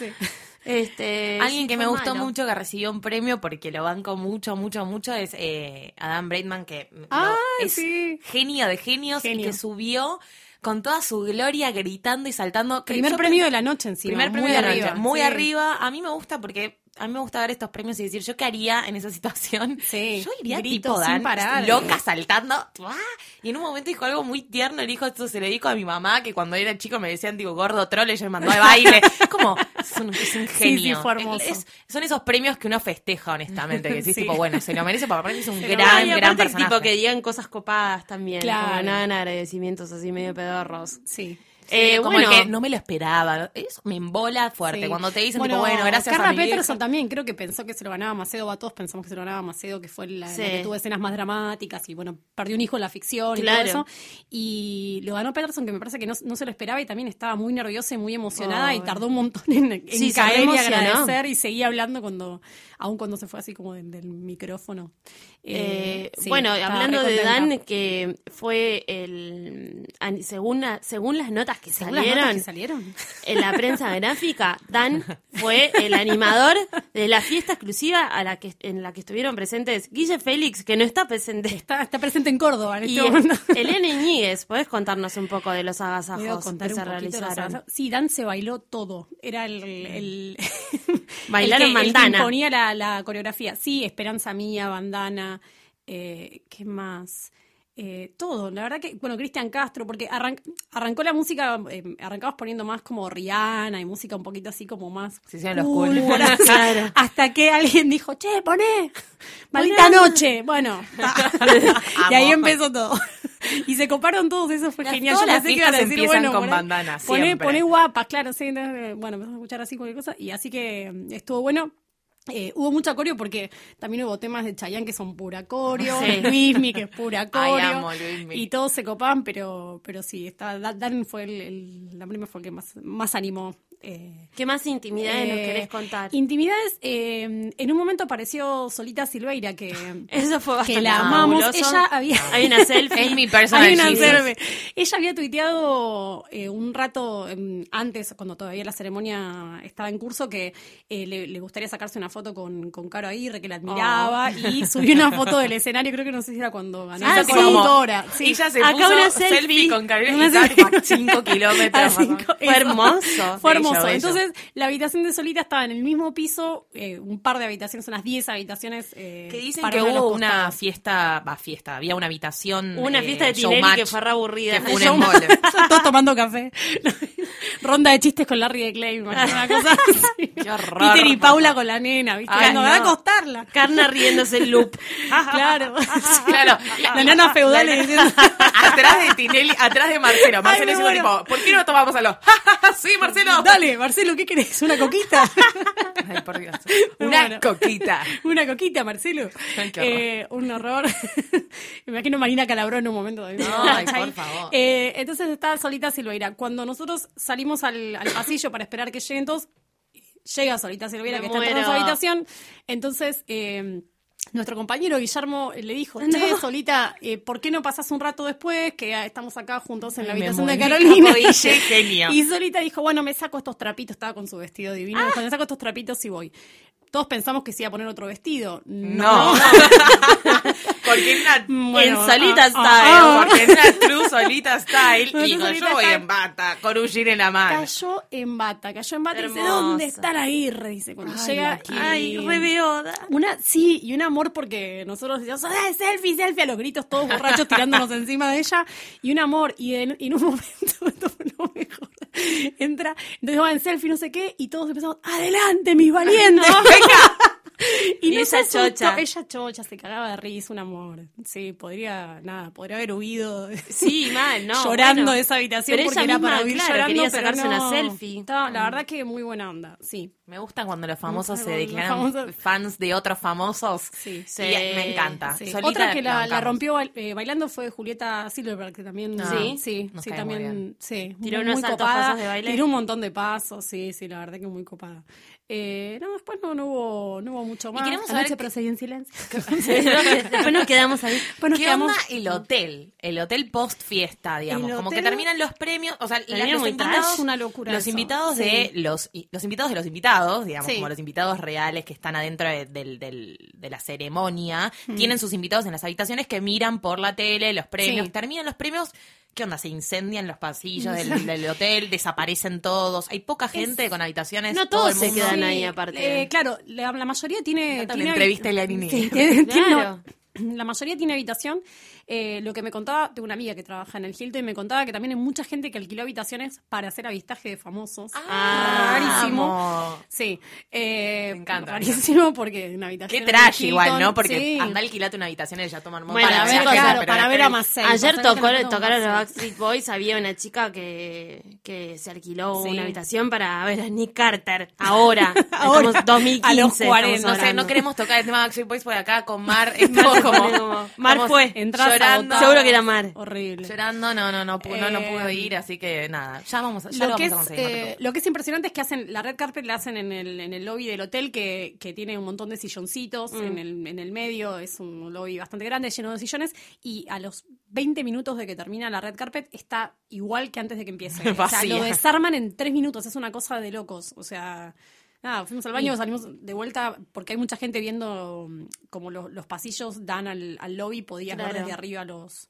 C: Este,
D: Alguien que me
C: fue
D: gustó
C: malo.
D: mucho, que recibió un premio porque lo banco mucho, mucho, mucho, es eh, Adam Braidman, que lo-
E: Ay,
D: es
E: Ah, sí.
D: genio de genios y
E: Genio.
D: que subió con toda su gloria gritando y saltando. Que
E: Primer
D: yo
E: premio
D: pensé-
E: de la noche encima.
D: primer premio
E: muy
D: de la
E: arriba.
D: noche, muy
E: sí.
D: arriba. A mí me gusta porque a mí me gusta ver estos premios y decir, ¿yo qué haría en esa situación?
E: Sí.
D: Yo iría
E: Grito
D: tipo
E: sin
D: Dan,
E: parar.
D: loca, saltando. ¡ah! Y en un momento dijo algo muy tierno, el hijo, esto se lo dijo a mi mamá, que cuando era chico me decían, digo, gordo troll, ella me mandó de baile. Es como, es un, es un
E: Sí, sí,
D: genio.
E: fue hermoso.
D: Es- son esos premios que uno festeja, honestamente, que decís,
E: Sí.
D: tipo, bueno, se lo merece, porque aparte es un
C: Pero
D: gran,
C: bueno, y
D: gran
C: aparte es
D: personaje.
C: tipo que digan cosas copadas también.
E: Claro.
C: Como nada en agradecimientos así medio pedorros.
E: Sí.
C: Eh,
D: como
C: bueno,
D: el que no me lo esperaba. Eso me embola fuerte.
E: Sí.
D: Cuando te dicen, tipo, bueno, gracias
E: Carla
D: a mi vieja.
E: Peterson también creo que pensó que se lo ganaba Macedo, va, todos pensamos que se lo ganaba Macedo, que fue la, la
C: Sí.
E: que tuvo escenas más dramáticas y bueno, perdió un hijo en la ficción
C: Claro.
E: y todo eso. Y lo ganó Peterson, que me parece que no, no se lo esperaba y también estaba muy nerviosa y muy emocionada
C: Ay.
E: y tardó un montón en, en
C: Sí, se
E: caer y
C: reemocionó.
E: agradecer y seguía hablando cuando, aun cuando se fue así como del, del micrófono.
C: Eh,
E: Eh, sí,
C: bueno,
E: estaba
C: hablando
E: re
C: de
E: contenta.
C: Dan, que fue el. an- Según, la- según las notas que
E: Según las
C: salieron
E: notas que salieron.
C: en la prensa gráfica, Dan fue el animador de la fiesta exclusiva a la que, en la que estuvieron presentes Guille Félix, que no está presente.
E: Está, está presente en Córdoba en
C: Y
E: este momento.
C: Elena Iñiguez, ¿podés contarnos un poco de los
E: Puedo
C: agasajos
E: contar
C: que
E: un
C: se
E: poquito de los
C: realizaron?
E: abrazos. Sí, Dan se bailó todo. Era el. el-
C: Bailaron
E: el que, el que
C: bandana.
E: imponía la, la coreografía. Sí, Esperanza Mía, bandana. eh, ¿Qué más? Eh, todo, la verdad que, bueno, Cristian Castro, porque arran- arrancó la música, eh, arrancamos poniendo más como Rihanna y música un poquito así como más.
D: Se hicieron los
E: cool,
D: cool.
C: Claro.
E: Hasta que alguien dijo, che, poné, maldita
C: Poné.
E: noche. Bueno, ta. y ahí
D: Amo.
E: empezó todo. Y se coparon todos, eso fue
D: Las-
E: genial.
D: todas
E: Yo
D: las
E: pensé que iban a
D: fiestas
E: decir,
D: empiezan
E: bueno,
D: con
E: poné-
D: bandana,
E: Poné,
D: siempre.
E: poné guapa, claro, sí, eh, bueno, empezás a escuchar así cualquier cosa. Y así que mm, estuvo bueno. Eh, hubo mucha coreo porque también hubo temas de Chayanne que son pura coreo,
C: Sí.
E: Luismi que es pura coreo.
D: Ay, amo a Luismi.
E: Y todos se copaban, pero, pero sí, estaba, Dan- Dan fue el, el- la primera fue el que más, más animó. eh,
C: ¿Qué más intimidades nos
E: eh,
C: querés contar?
E: Intimidades, eh, en un momento apareció Solita Silveira, que,
C: Eso fue bastante
E: que la amamos.
C: fabuloso.
E: Ella había...
C: Hay una selfie.
D: Es mi personal
E: Hay una
D: Jesus.
E: selfie. Ella había tuiteado eh, un rato em, antes, cuando todavía la ceremonia estaba en curso, que eh, le, le gustaría sacarse una foto con, con Caro Aguirre, que la admiraba,
D: Oh.
E: y subió una foto del escenario, creo que no sé si era cuando ganó
C: Ah,
E: la
C: sí.
E: conductora. Sí.
D: Ella se
C: Acá
D: puso
C: una selfie.
D: selfie, con Carolina
E: Una
D: Gizar
E: selfie.
D: a 5 kilómetros.
E: A
D: más o menos.
E: cinco-
C: Fue hermoso.
E: Fue
D: Bello,
E: hermoso.
D: bello.
E: Entonces, la habitación de Solita estaba en el mismo piso, eh, un par de habitaciones, unas 10 habitaciones. eh,
D: Que dicen
E: para
D: que
E: uno de los
D: hubo una
E: costados.
D: fiesta, va, fiesta, había una
E: Mm,
D: habitación.
C: Una
D: eh,
C: fiesta de Tinelli
D: showmatch,
C: que fue re aburrida.
D: que fue un
E: Yo-
D: embole.
E: Todos tomando café. Ronda de chistes con Larry de Clay, me imagino una cosa así.
D: Qué horror.
E: Peter y Paula con la nena, ¿viste?
D: Ay,
E: Nos
D: no.
E: va a acostarla.
C: Carna riéndose en loop.
E: Claro.
D: Claro.
E: La nana feudal le diciendo-
D: Atrás de Tinelli, atrás de Marcelo. Marcelo
E: me
D: diciendo
E: muero.
D: tipo, ¿por qué no tomamos a los? sí, Marcelo.
E: Dale, Marcelo, ¿qué querés? ¿Una coquita?
D: Ay, por Dios.
E: Me
D: Una
E: muero.
D: coquita.
E: Una coquita, Marcelo.
D: Ay, qué
E: Eh, un horror. Me imagino Marina Calabró en un momento. de-
D: Ay, por favor.
E: Eh, entonces estaba solita Silveira. Cuando nosotros salimos al, al pasillo para esperar que lleguen todos, llega Solita Silveira,
C: Me
E: que está en
C: muero.
E: su habitación. Entonces, eh, nuestro compañero Guillermo le dijo,
C: No.
E: che, Solita, eh, ¿por qué no pasás un rato después? Que ah, estamos acá juntos en la
D: Ay, me
E: habitación de
D: morí.
E: Carolina.
D: Capo Guille, genio.
E: Y Solita dijo, bueno, me saco estos trapitos. Estaba con su vestido divino.
D: Ah.
E: dijo, Me saco estos trapitos y voy. Todos pensamos que se iba a poner otro vestido.
D: No. Porque una
E: Bueno,
C: en Solita
E: ah,
C: Style.
E: ah, ah.
D: Porque es una true solita style.
E: Una
D: Digo,
E: solita
D: yo voy
E: style.
D: en bata, con un jean en la mano.
E: Cayó en bata, cayó en bata y dice,
C: Hermosa.
E: ¿dónde está la Aguirre? Dice, cuando llega.
C: Ay, reveoda.
E: Una, sí, y un amor porque nosotros decíamos, "Ah, selfie, selfie, a los gritos todos borrachos tirándonos encima de ella, y un amor, y en, y en un momento, esto fue lo mejor, entra, entonces va en selfie, no sé qué, y todos empezamos, adelante, mis valientes, Y,
C: Y
E: no
C: esa
E: se asustó,
C: chocha.
E: ella chocha, se cagaba de risa, un amor, sí, podría, nada, podría haber huido.
C: Sí, mal, no.
E: llorando
C: bueno.
E: de esa habitación
C: Pero
E: porque
C: ella
E: era
C: misma,
E: para huir
C: claro,
E: llorando,
C: quería
E: pero
C: sacarse
E: no.
C: una selfie. Mm.
E: Estaba- la verdad que muy buena onda, sí.
D: Me gusta cuando los famosos
E: Me
D: se
E: gusta
D: declaran
E: cuando los famosos-
D: fans de otros famosos.
E: Sí.
D: Y me encanta.
E: Sí.
D: Solita
E: Otra que la, la
D: bancamos.
E: rompió bail- eh, bailando fue Julieta Silverberg, que también
D: Ah,
E: sí,
D: sí,
E: sí,
D: nos
E: sí,
D: cae muy bien.
E: también sí,
C: Tiró
E: muy,
C: unos
E: muy
C: altos
E: copada,
C: pasos de baile.
E: Tiró un montón de pasos, sí, sí, la verdad que muy copada. Eh, no, después no, no hubo, no hubo mucho
D: Y
E: más.
D: queremos
E: Anoche
D: saber qué-
E: procedí en silencio.
C: Después nos quedamos ahí.
E: Pues nos
D: ¿Qué
E: quedamos-
D: onda el hotel? El hotel post fiesta, digamos.
E: El
D: Como que
E: hotel-
D: terminan los premios, o sea, la-
C: Termina
D: los
C: muy tarde.
D: invitados,
E: Es una locura
D: los
E: eso.
D: invitados de los i- los invitados de los invitados, digamos,
E: Sí.
D: como los invitados reales que están adentro de, del- del- de la ceremonia,
E: Mm.
D: tienen sus invitados en las habitaciones que miran por la tele los premios,
E: Sí.
D: terminan los premios. ¿Qué onda? Se incendian los pasillos del, del hotel, desaparecen todos. Hay poca gente con habitaciones.
E: No
D: todo
E: todos
D: el
E: se
D: mundo-
E: quedan
C: Sí,
E: ahí
C: aparte.
E: aparte. Eh, claro, la, la mayoría tiene...
D: Trata la
E: tiene
D: entrevista y la niña.
E: Sí, tiene- tiene-
C: Claro.
E: no, la mayoría tiene habitación. Eh, lo que me contaba, tengo una amiga que trabaja en el Hilton y me contaba que también hay mucha gente que alquiló habitaciones para hacer avistaje de famosos.
D: Ah,
E: rarísimo.
D: amo.
E: Sí. Eh,
D: Me encanta.
E: Rarísimo porque una habitación...
D: Qué
E: en el
D: trash igual,
E: Hilton,
D: ¿no? Porque
E: sí.
D: anda alquilate una habitación y ya toman
C: Bueno,
E: para
C: a
E: ver,
C: ver,
E: claro,
C: pero
E: para ver a Marcel.
C: Ayer tocó, tocaron
E: tocaron
C: los Backstreet Boys, había una chica que, que se alquiló
D: Sí.
C: una habitación para ver a Nick Carter. Ahora,
E: Ahora,
C: estamos 2015.
E: a los
C: estamos
E: 40,
D: No sé,
C: hablando.
D: no queremos tocar el tema de Backstreet Boys por acá con Mar. Estamos como.
C: como- Mar
D: estamos
C: fue,
E: Entras a
D: Llorando.
E: votar.
C: Seguro que era Mar.
E: Horrible.
D: Llorando, no, no, no, pu- no, no pudo
E: Eh,
D: ir, así que nada. Ya vamos, a- ya lo,
E: lo que,
D: vamos
E: es,
D: a conseguir. no te
E: eh,
D: preocupes.
E: lo que es impresionante es que hacen la red carpet la hacen en el, en el lobby del hotel que, que tiene un montón de silloncitos
D: Mm.
E: en, el, en el medio es un lobby bastante grande lleno de sillones y a los 20 minutos de que termina la red carpet está igual que antes de que empiece o sea
D: Vacía.
E: lo desarman en 3 minutos es una cosa de locos o sea Nada, fuimos al baño, salimos de vuelta porque hay mucha gente viendo mm, como lo- los pasillos dan al, al lobby, podías ver
C: Claro.
E: desde arriba los,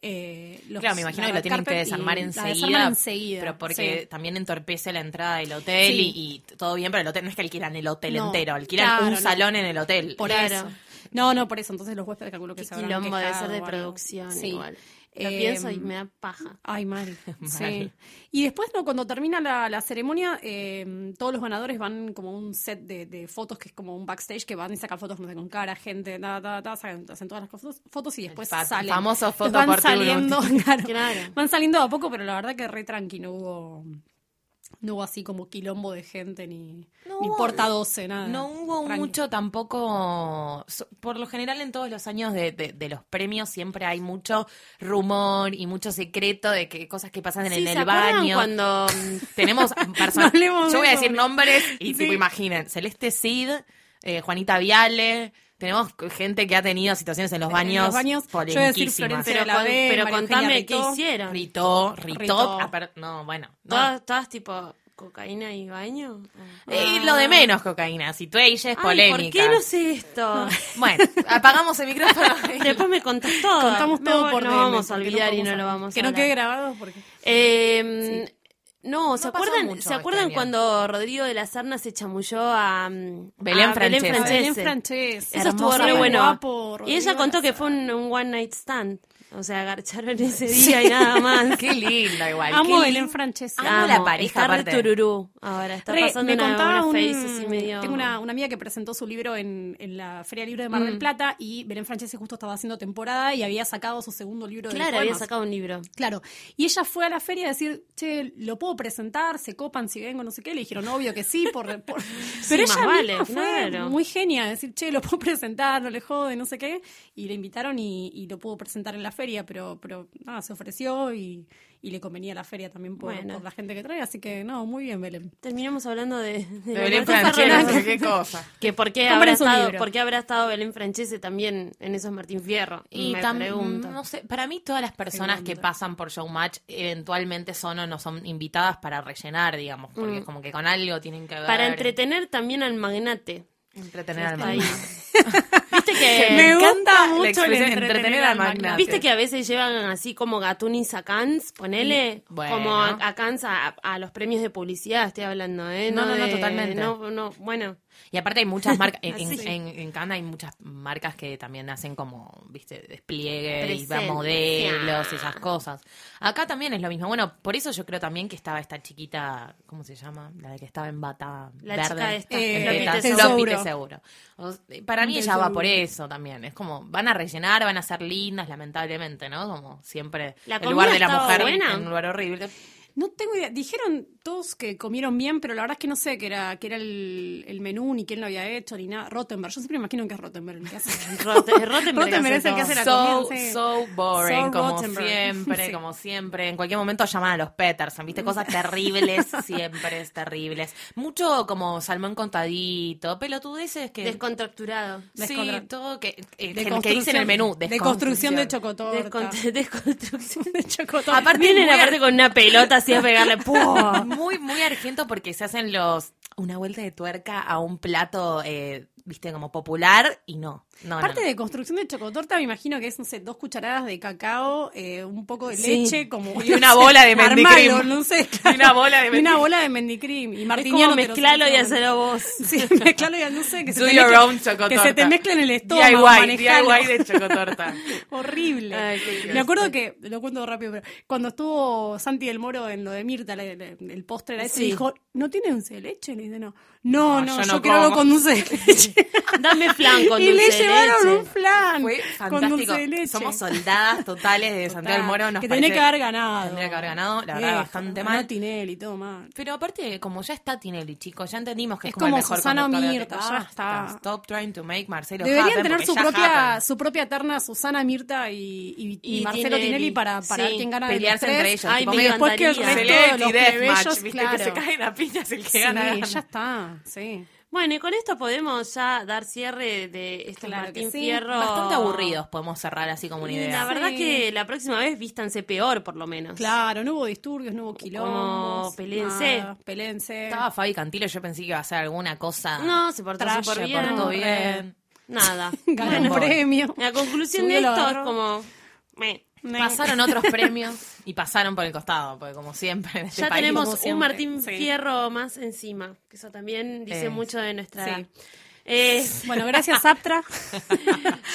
E: eh, los-
D: Claro, me imagino
E: la
D: que lo
E: red
D: tienen que
E: carpet y
D: desarmar
E: la
D: enseguida.
E: desarman enseguida,
D: Pero porque
E: sí.
D: también entorpece la entrada del hotel
E: Sí.
D: y, y todo bien, pero el hotel no es que alquilan el hotel
E: No,
D: entero, alquilan
E: claro,
D: un
E: no.
D: salón en el hotel.
E: Por
C: Claro.
E: eso. No, no, por eso. Entonces los huéspedes calculo que
C: Qué
E: se habrán
C: quilombo debe
E: quejado
C: ser de
E: o algo.
C: producción
E: Sí.
C: igual. Lo
E: Eh,
C: pienso y me da paja.
E: Ay, mal.
D: Mal.
E: Sí. Y después, no, cuando termina la, la ceremonia, eh, todos los ganadores van como a un set de, de fotos, que es como un backstage, que van y sacan fotos no sé, con cara, gente, ta, ta, ta, sacan- hacen todas las fotos, fotos y después
D: fa-
E: salen.
D: famoso
E: Entonces
D: foto
E: van
D: por
E: saliendo, claro,
C: Claro.
E: Van saliendo de a poco, pero la verdad que re tranqui, no hubo, no hubo así como quilombo de gente, ni,
D: No
E: ni
D: hubo-
E: porta 12, nada.
D: No hubo
E: Ah, Tranqui.
D: mucho tampoco. so- Por lo general, en todos los años de, de- de los premios, siempre hay mucho rumor y mucho secreto de que cosas que pasan en,
C: Sí, ¿se
D: el
C: acuerdan
D: baño.
C: cuando
D: Tenemos personas.
E: hablemos
D: Yo
E: de
D: voy a
E: eso.
D: decir nombres y
E: Sí.
D: tipo, imaginen. Celeste Cid, eh, Juanita Viale. Tenemos gente que ha tenido situaciones en los baños.
E: los baños, yo voy a decir
D: polémiquísimas.
E: Florencia
C: pero,
E: la
C: con-
E: ve,
C: pero
E: María Eugenia
C: contame qué
E: Ritó.
C: hicieron.
D: Ritó, Ritó,
E: Ritó.
D: apar- No, bueno. no.
C: ¿Todas, todas tipo cocaína y baño?
D: Eh, Y lo de menos cocaína. Situations
C: Ay, ¿Por
D: polémicas.
C: qué no sé esto?
D: Bueno, apagamos el micrófono.
C: Después me contás todo.
E: Contamos todo
C: no,
E: por
C: No
E: DM,
C: vamos a
E: porque
C: olvidar y
E: podemos
C: no lo
E: hablar.
C: vamos
E: Que
C: a
E: no
C: hablar.
E: quede grabado porque...
C: Eh, No, ¿se
D: No pasó
C: acuerdan,
D: mucho
C: ¿se
D: este
C: acuerdan
D: año.
C: cuando Rodrigo de la Serna se chamulló a mm,
D: Belén
C: a
D: Francese.
E: Ah, Belén
C: Francese?
E: Francese.
C: Eso estuvo
E: Hermosa,
C: re bueno.
E: guapo,
C: y ella
E: Rodrigo
C: contó que fue un, un one night stand. O sea, agarcharon ese día y nada más.
D: Qué linda igual.
E: Amo
D: qué
E: Belén
D: lindo.
E: Francese.
D: Ah, Amo la pareja,
C: Está re
D: aparte.
C: tururú ahora. Está
E: Re,
C: pasando
E: me
C: una,
E: contaba
C: una
E: un-
C: face así medio...
E: Tengo una, una amiga que presentó su libro en, en la Feria Libre de Mar
C: Mm.
E: del Plata y Belén Francese justo estaba haciendo temporada y había sacado su segundo libro de
C: Claro,
E: poemas.
C: había sacado un libro.
E: Claro. Y ella fue a la feria a decir, che, ¿lo puedo presentar? ¿Se copan si vengo? No sé qué. Le dijeron, obvio que sí. Por, por- Pero
C: más
E: ella
C: vale,
E: misma fue
C: claro.
E: muy genia. a Decir, che, ¿lo puedo presentar? No le jode, no sé qué. Y le invitaron y, y lo pudo presentar en la feria. Pero, pero nada, se ofreció y, y le convenía a la feria también por,
C: Bueno.
E: por la gente que trae. Así que, no, muy bien, Belén.
C: Terminamos hablando de... de
D: De
C: la
D: Belén
C: Martín Fierro.
D: Francese, qué cosa.
C: Que por qué,
E: Compren
C: habrá
E: su
C: estado,
E: libro.
C: por qué habrá estado Belén Francese también en esos Martín Fierro.
D: Y
C: me
D: también,
C: pregunto.
D: no sé, para mí todas las personas que pasan por Showmatch eventualmente son o no son invitadas para rellenar, digamos, porque es como que con algo tienen que ver.
C: Para entretener también al magnate.
D: entretener al
C: Está ahí.
D: magnate.
C: Viste que...
E: Me gusta
D: encanta la
E: mucho el
D: expresión
E: entretener
D: entretener
E: al
D: al magnate.
E: magnate.
C: Viste que a veces llevan así como gatunis a Cans, ponele,
D: Bueno.
C: como a, a Cannes a, a los premios de publicidad, estoy hablando, ¿eh?
D: No, no, no,
C: de-
D: totalmente.
C: No, no, bueno,
D: Y aparte hay muchas marcas, en, en,
C: Así.
D: en- en Cannes hay muchas marcas que también hacen como, viste, despliegue y
C: Presencia.
D: modelos, esas cosas. Acá también es lo mismo. Bueno, por eso yo creo también que estaba esta chiquita, ¿cómo se llama? La que estaba en bata
C: La
D: verde.
C: chica esta,
D: en
E: Floppy
D: tetas,
E: Tesauro.
D: Floppy Tesauro. O sea, para mí ella va
E: Tesauro.
D: por eso también. Es como, van a rellenar, van a ser lindas, lamentablemente, ¿no? Como siempre,
C: La
D: el lugar
C: comida
D: de la
C: estaba
D: mujer
C: buena.
D: en un lugar horrible.
E: No tengo idea. Dijeron todos que comieron bien, pero la verdad es que no sé qué era, que era el, el menú, ni quién lo había hecho, ni nada. Rottenberg. Yo siempre imagino que es Rottenberg el que hace.
C: Rote- Rottenberg
E: Rottenberg
C: hace
E: es el que
C: todo.
E: hace la
D: So,
E: comida. sí.
D: so boring,
E: So
D: como
E: Rottenberg.
D: siempre,
E: Sí.
D: como siempre. En cualquier momento llaman a los Peterson, ¿viste? Cosas terribles, siempre es terribles. Mucho como salmón contadito, pelotudeces que...
C: Descontracturado.
D: Sí,
E: descontra-
D: todo que, eh,
E: De
D: que dice en el menú.
E: construcción- De construcción de chocotorta.
C: Descont- desconstrucción.
E: De chocotorta.
C: Aparte vienen aparte con una pelota así a pegarle. ¡pua!
D: Muy, muy argento porque se hacen los... Una vuelta de tuerca a un plato, eh, viste, como popular y no. no
E: Aparte
D: no, no.
E: de construcción de chocotorta, me imagino que es, no sé, dos cucharadas de cacao, eh, un poco de
C: Sí.
E: leche, como.
D: Y
E: no
D: una
E: sé,
D: bola de mendicrim.
E: armalo, no sé. claro.
D: una bola de
E: Y una
D: mendicrim.
E: bola de mendicrim. Y
C: Es como
E: martiniano. te lo
C: mezclarlo y
E: saca.
C: hacerlo vos.
E: Sí, mezclalo y no sé. Que se,
D: Do
E: te
D: your
E: mezcle-
D: own chocotorta.
E: que se te mezcle en el estómago.
D: DIY,
E: manejalo.
D: DIY de chocotorta.
E: Horrible.
C: Ay, qué gracioso.
E: me acuerdo que, lo cuento rápido, pero cuando estuvo Santi del Moro en lo de Mirta, la- la- el postre era ese,
C: Sí.
E: dijo, ¿no tiene dulce de leche? Le dije, no.
D: No,
E: No, no,
D: yo
E: yo,
D: no
E: quiero algo
D: como.
E: con dulce de leche.
C: Dame flan con
E: y
C: dulce
E: le
C: de
E: llevaron
C: leche.
E: un flan
D: Fue
E: con
D: fantástico.
E: dulce de leche.
D: Somos soldadas totales de Santiago del Moro. Nos
E: que tenía
D: parece-
E: que haber ganado.
D: Tendría que haber ganado, la verdad,
E: Viejo,
D: bastante
E: ganó
D: mal.
E: Tinelli, todo mal.
D: Pero aparte, como ya está Tinelli, chicos, ya entendimos que es,
E: Es
D: como, el
E: como
D: mejor
E: Susana o
D: conductor de
E: Mirta,
D: TikTok.
E: ya
D: Basta.
E: está.
D: Stop trying to make Marcelo
E: Deberían
D: happen,
E: tener
D: porque
E: su
D: ya
E: propia,
D: happen.
E: su propia terna, Susana, Mirta y, y- y
C: Y
E: Marcelo
C: Tinelli.
E: Tinelli para, para
C: Sí,
E: quién gana
D: pelearse
E: de los
D: entre
E: tres.
D: ellos, Ay, tipo,
C: me
E: y después que el
C: encantaría.
E: resto de los
D: Celebrity deathmatch,
E: plebeyos,
D: viste,
E: claro.
D: que se caen a piñas el que
E: Sí,
D: gana. gana.
E: ya está, sí.
C: Bueno, y con esto podemos ya dar cierre de este
E: Claro
C: Martín
E: que sí.
C: Fierro.
D: Bastante aburridos podemos cerrar así como una
C: Y La
D: idea.
C: verdad
E: Sí.
C: que la próxima vez vístanse peor, por lo menos.
E: Claro, no hubo disturbios, no hubo quilombos.
C: Como pelense.
E: nada, pelense.
D: Estaba Fabi Cantilo, yo pensé que iba a hacer alguna cosa.
C: No, se portó
E: Trash,
C: súper
E: se
C: bien.
E: portó
D: bien.
C: Nada.
E: Ganó un
D: Bueno.
E: premio.
C: La conclusión
E: Subió
C: de
E: la
C: esto es
E: barra.
C: como... meh.
D: Pasaron otros premios y pasaron por el costado, porque como siempre. en este
C: Ya
D: país,
C: tenemos
D: como
C: un
D: siempre.
C: Martín Fierro más encima, que eso también dice
D: Eh,
C: mucho de nuestra...
E: sí.
C: edad. Eh,
E: Bueno, gracias, Aptra.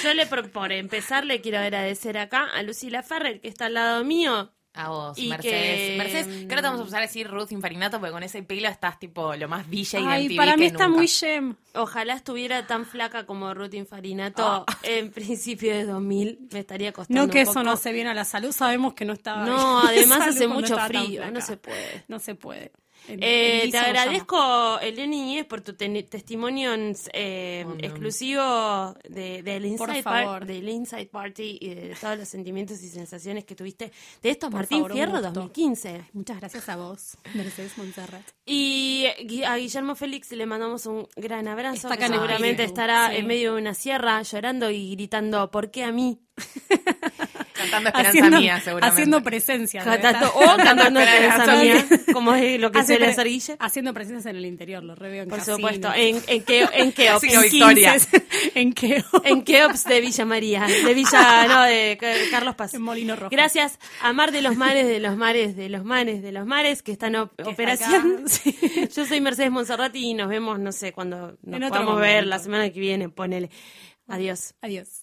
C: yo le pro- por empezar le quiero agradecer acá a Lucila Ferrer, que está al lado mío.
D: A vos,
C: Y
D: Mercedes.
C: que-
D: Mercedes, creo que te vamos
E: mm,
D: a usar a decir Ruth Infarinato porque con ese pelo estás tipo lo más villa y
E: Ay, para mí está muy gem.
C: Ojalá estuviera tan flaca como Ruth Infarinato en principio de 2000. Me estaría costando
E: Ah. No que
C: un
E: eso
C: poco.
E: no se viene a la salud, sabemos que no estaba.
C: No,
E: bien.
C: además
E: Salud
C: hace
E: cuando
C: mucho
E: estaba tan
C: frío, no
E: flaca.
C: se puede.
E: No se puede. El-
C: Eh,
E: el
C: te
E: guiso nos
C: agradezco, Eleni Niñez, por tu teni- testimonio en- eh,
D: Oh, no.
C: exclusivo de- del, Inside Par-
E: favor.
C: del Inside Party y de todos los sentimientos y sensaciones que tuviste de estos
E: Por
C: Martín
E: favor, un
C: Fierro
E: gusto.
C: 2015.
E: llama. Muchas gracias a vos, Mercedes Montserrat.
C: Y Gui- a Guillermo Félix le mandamos un gran abrazo,
E: Está
C: que
E: acá en el
C: seguramente
E: Facebook,
C: estará
E: sí.
C: en medio de una sierra llorando y gritando, ¿por qué a mí?
D: Cantando Esperanza
E: Haciendo,
D: Mía, seguramente.
E: haciendo presencia. debe
C: Cantando,
E: estar.
C: o cantando Esperanza Mía, como es lo que
E: Hace
C: suele
E: pre-
C: hacer Guille.
E: Haciendo presencias en el interior, lo reveo en
C: Por
E: casinos.
C: supuesto, en, en, Keo- en Keops.
D: Casino
C: En
D: Victoria.
C: Quinces.
E: en qué
C: En Keops de Villa María, de Villa, no, de C- Carlos Paz.
E: En Molino Rojo.
C: Gracias a Mar de los Mares, de los Mares, de los Mares, de los Mares, que están en
E: está
C: operación.
E: acá. Sí.
C: Yo soy Mercedes Monserrati y nos vemos, no sé, cuando nos
E: En otro
C: podamos ver
E: momento.
C: la semana que viene, ponele. Adiós.
E: Adiós.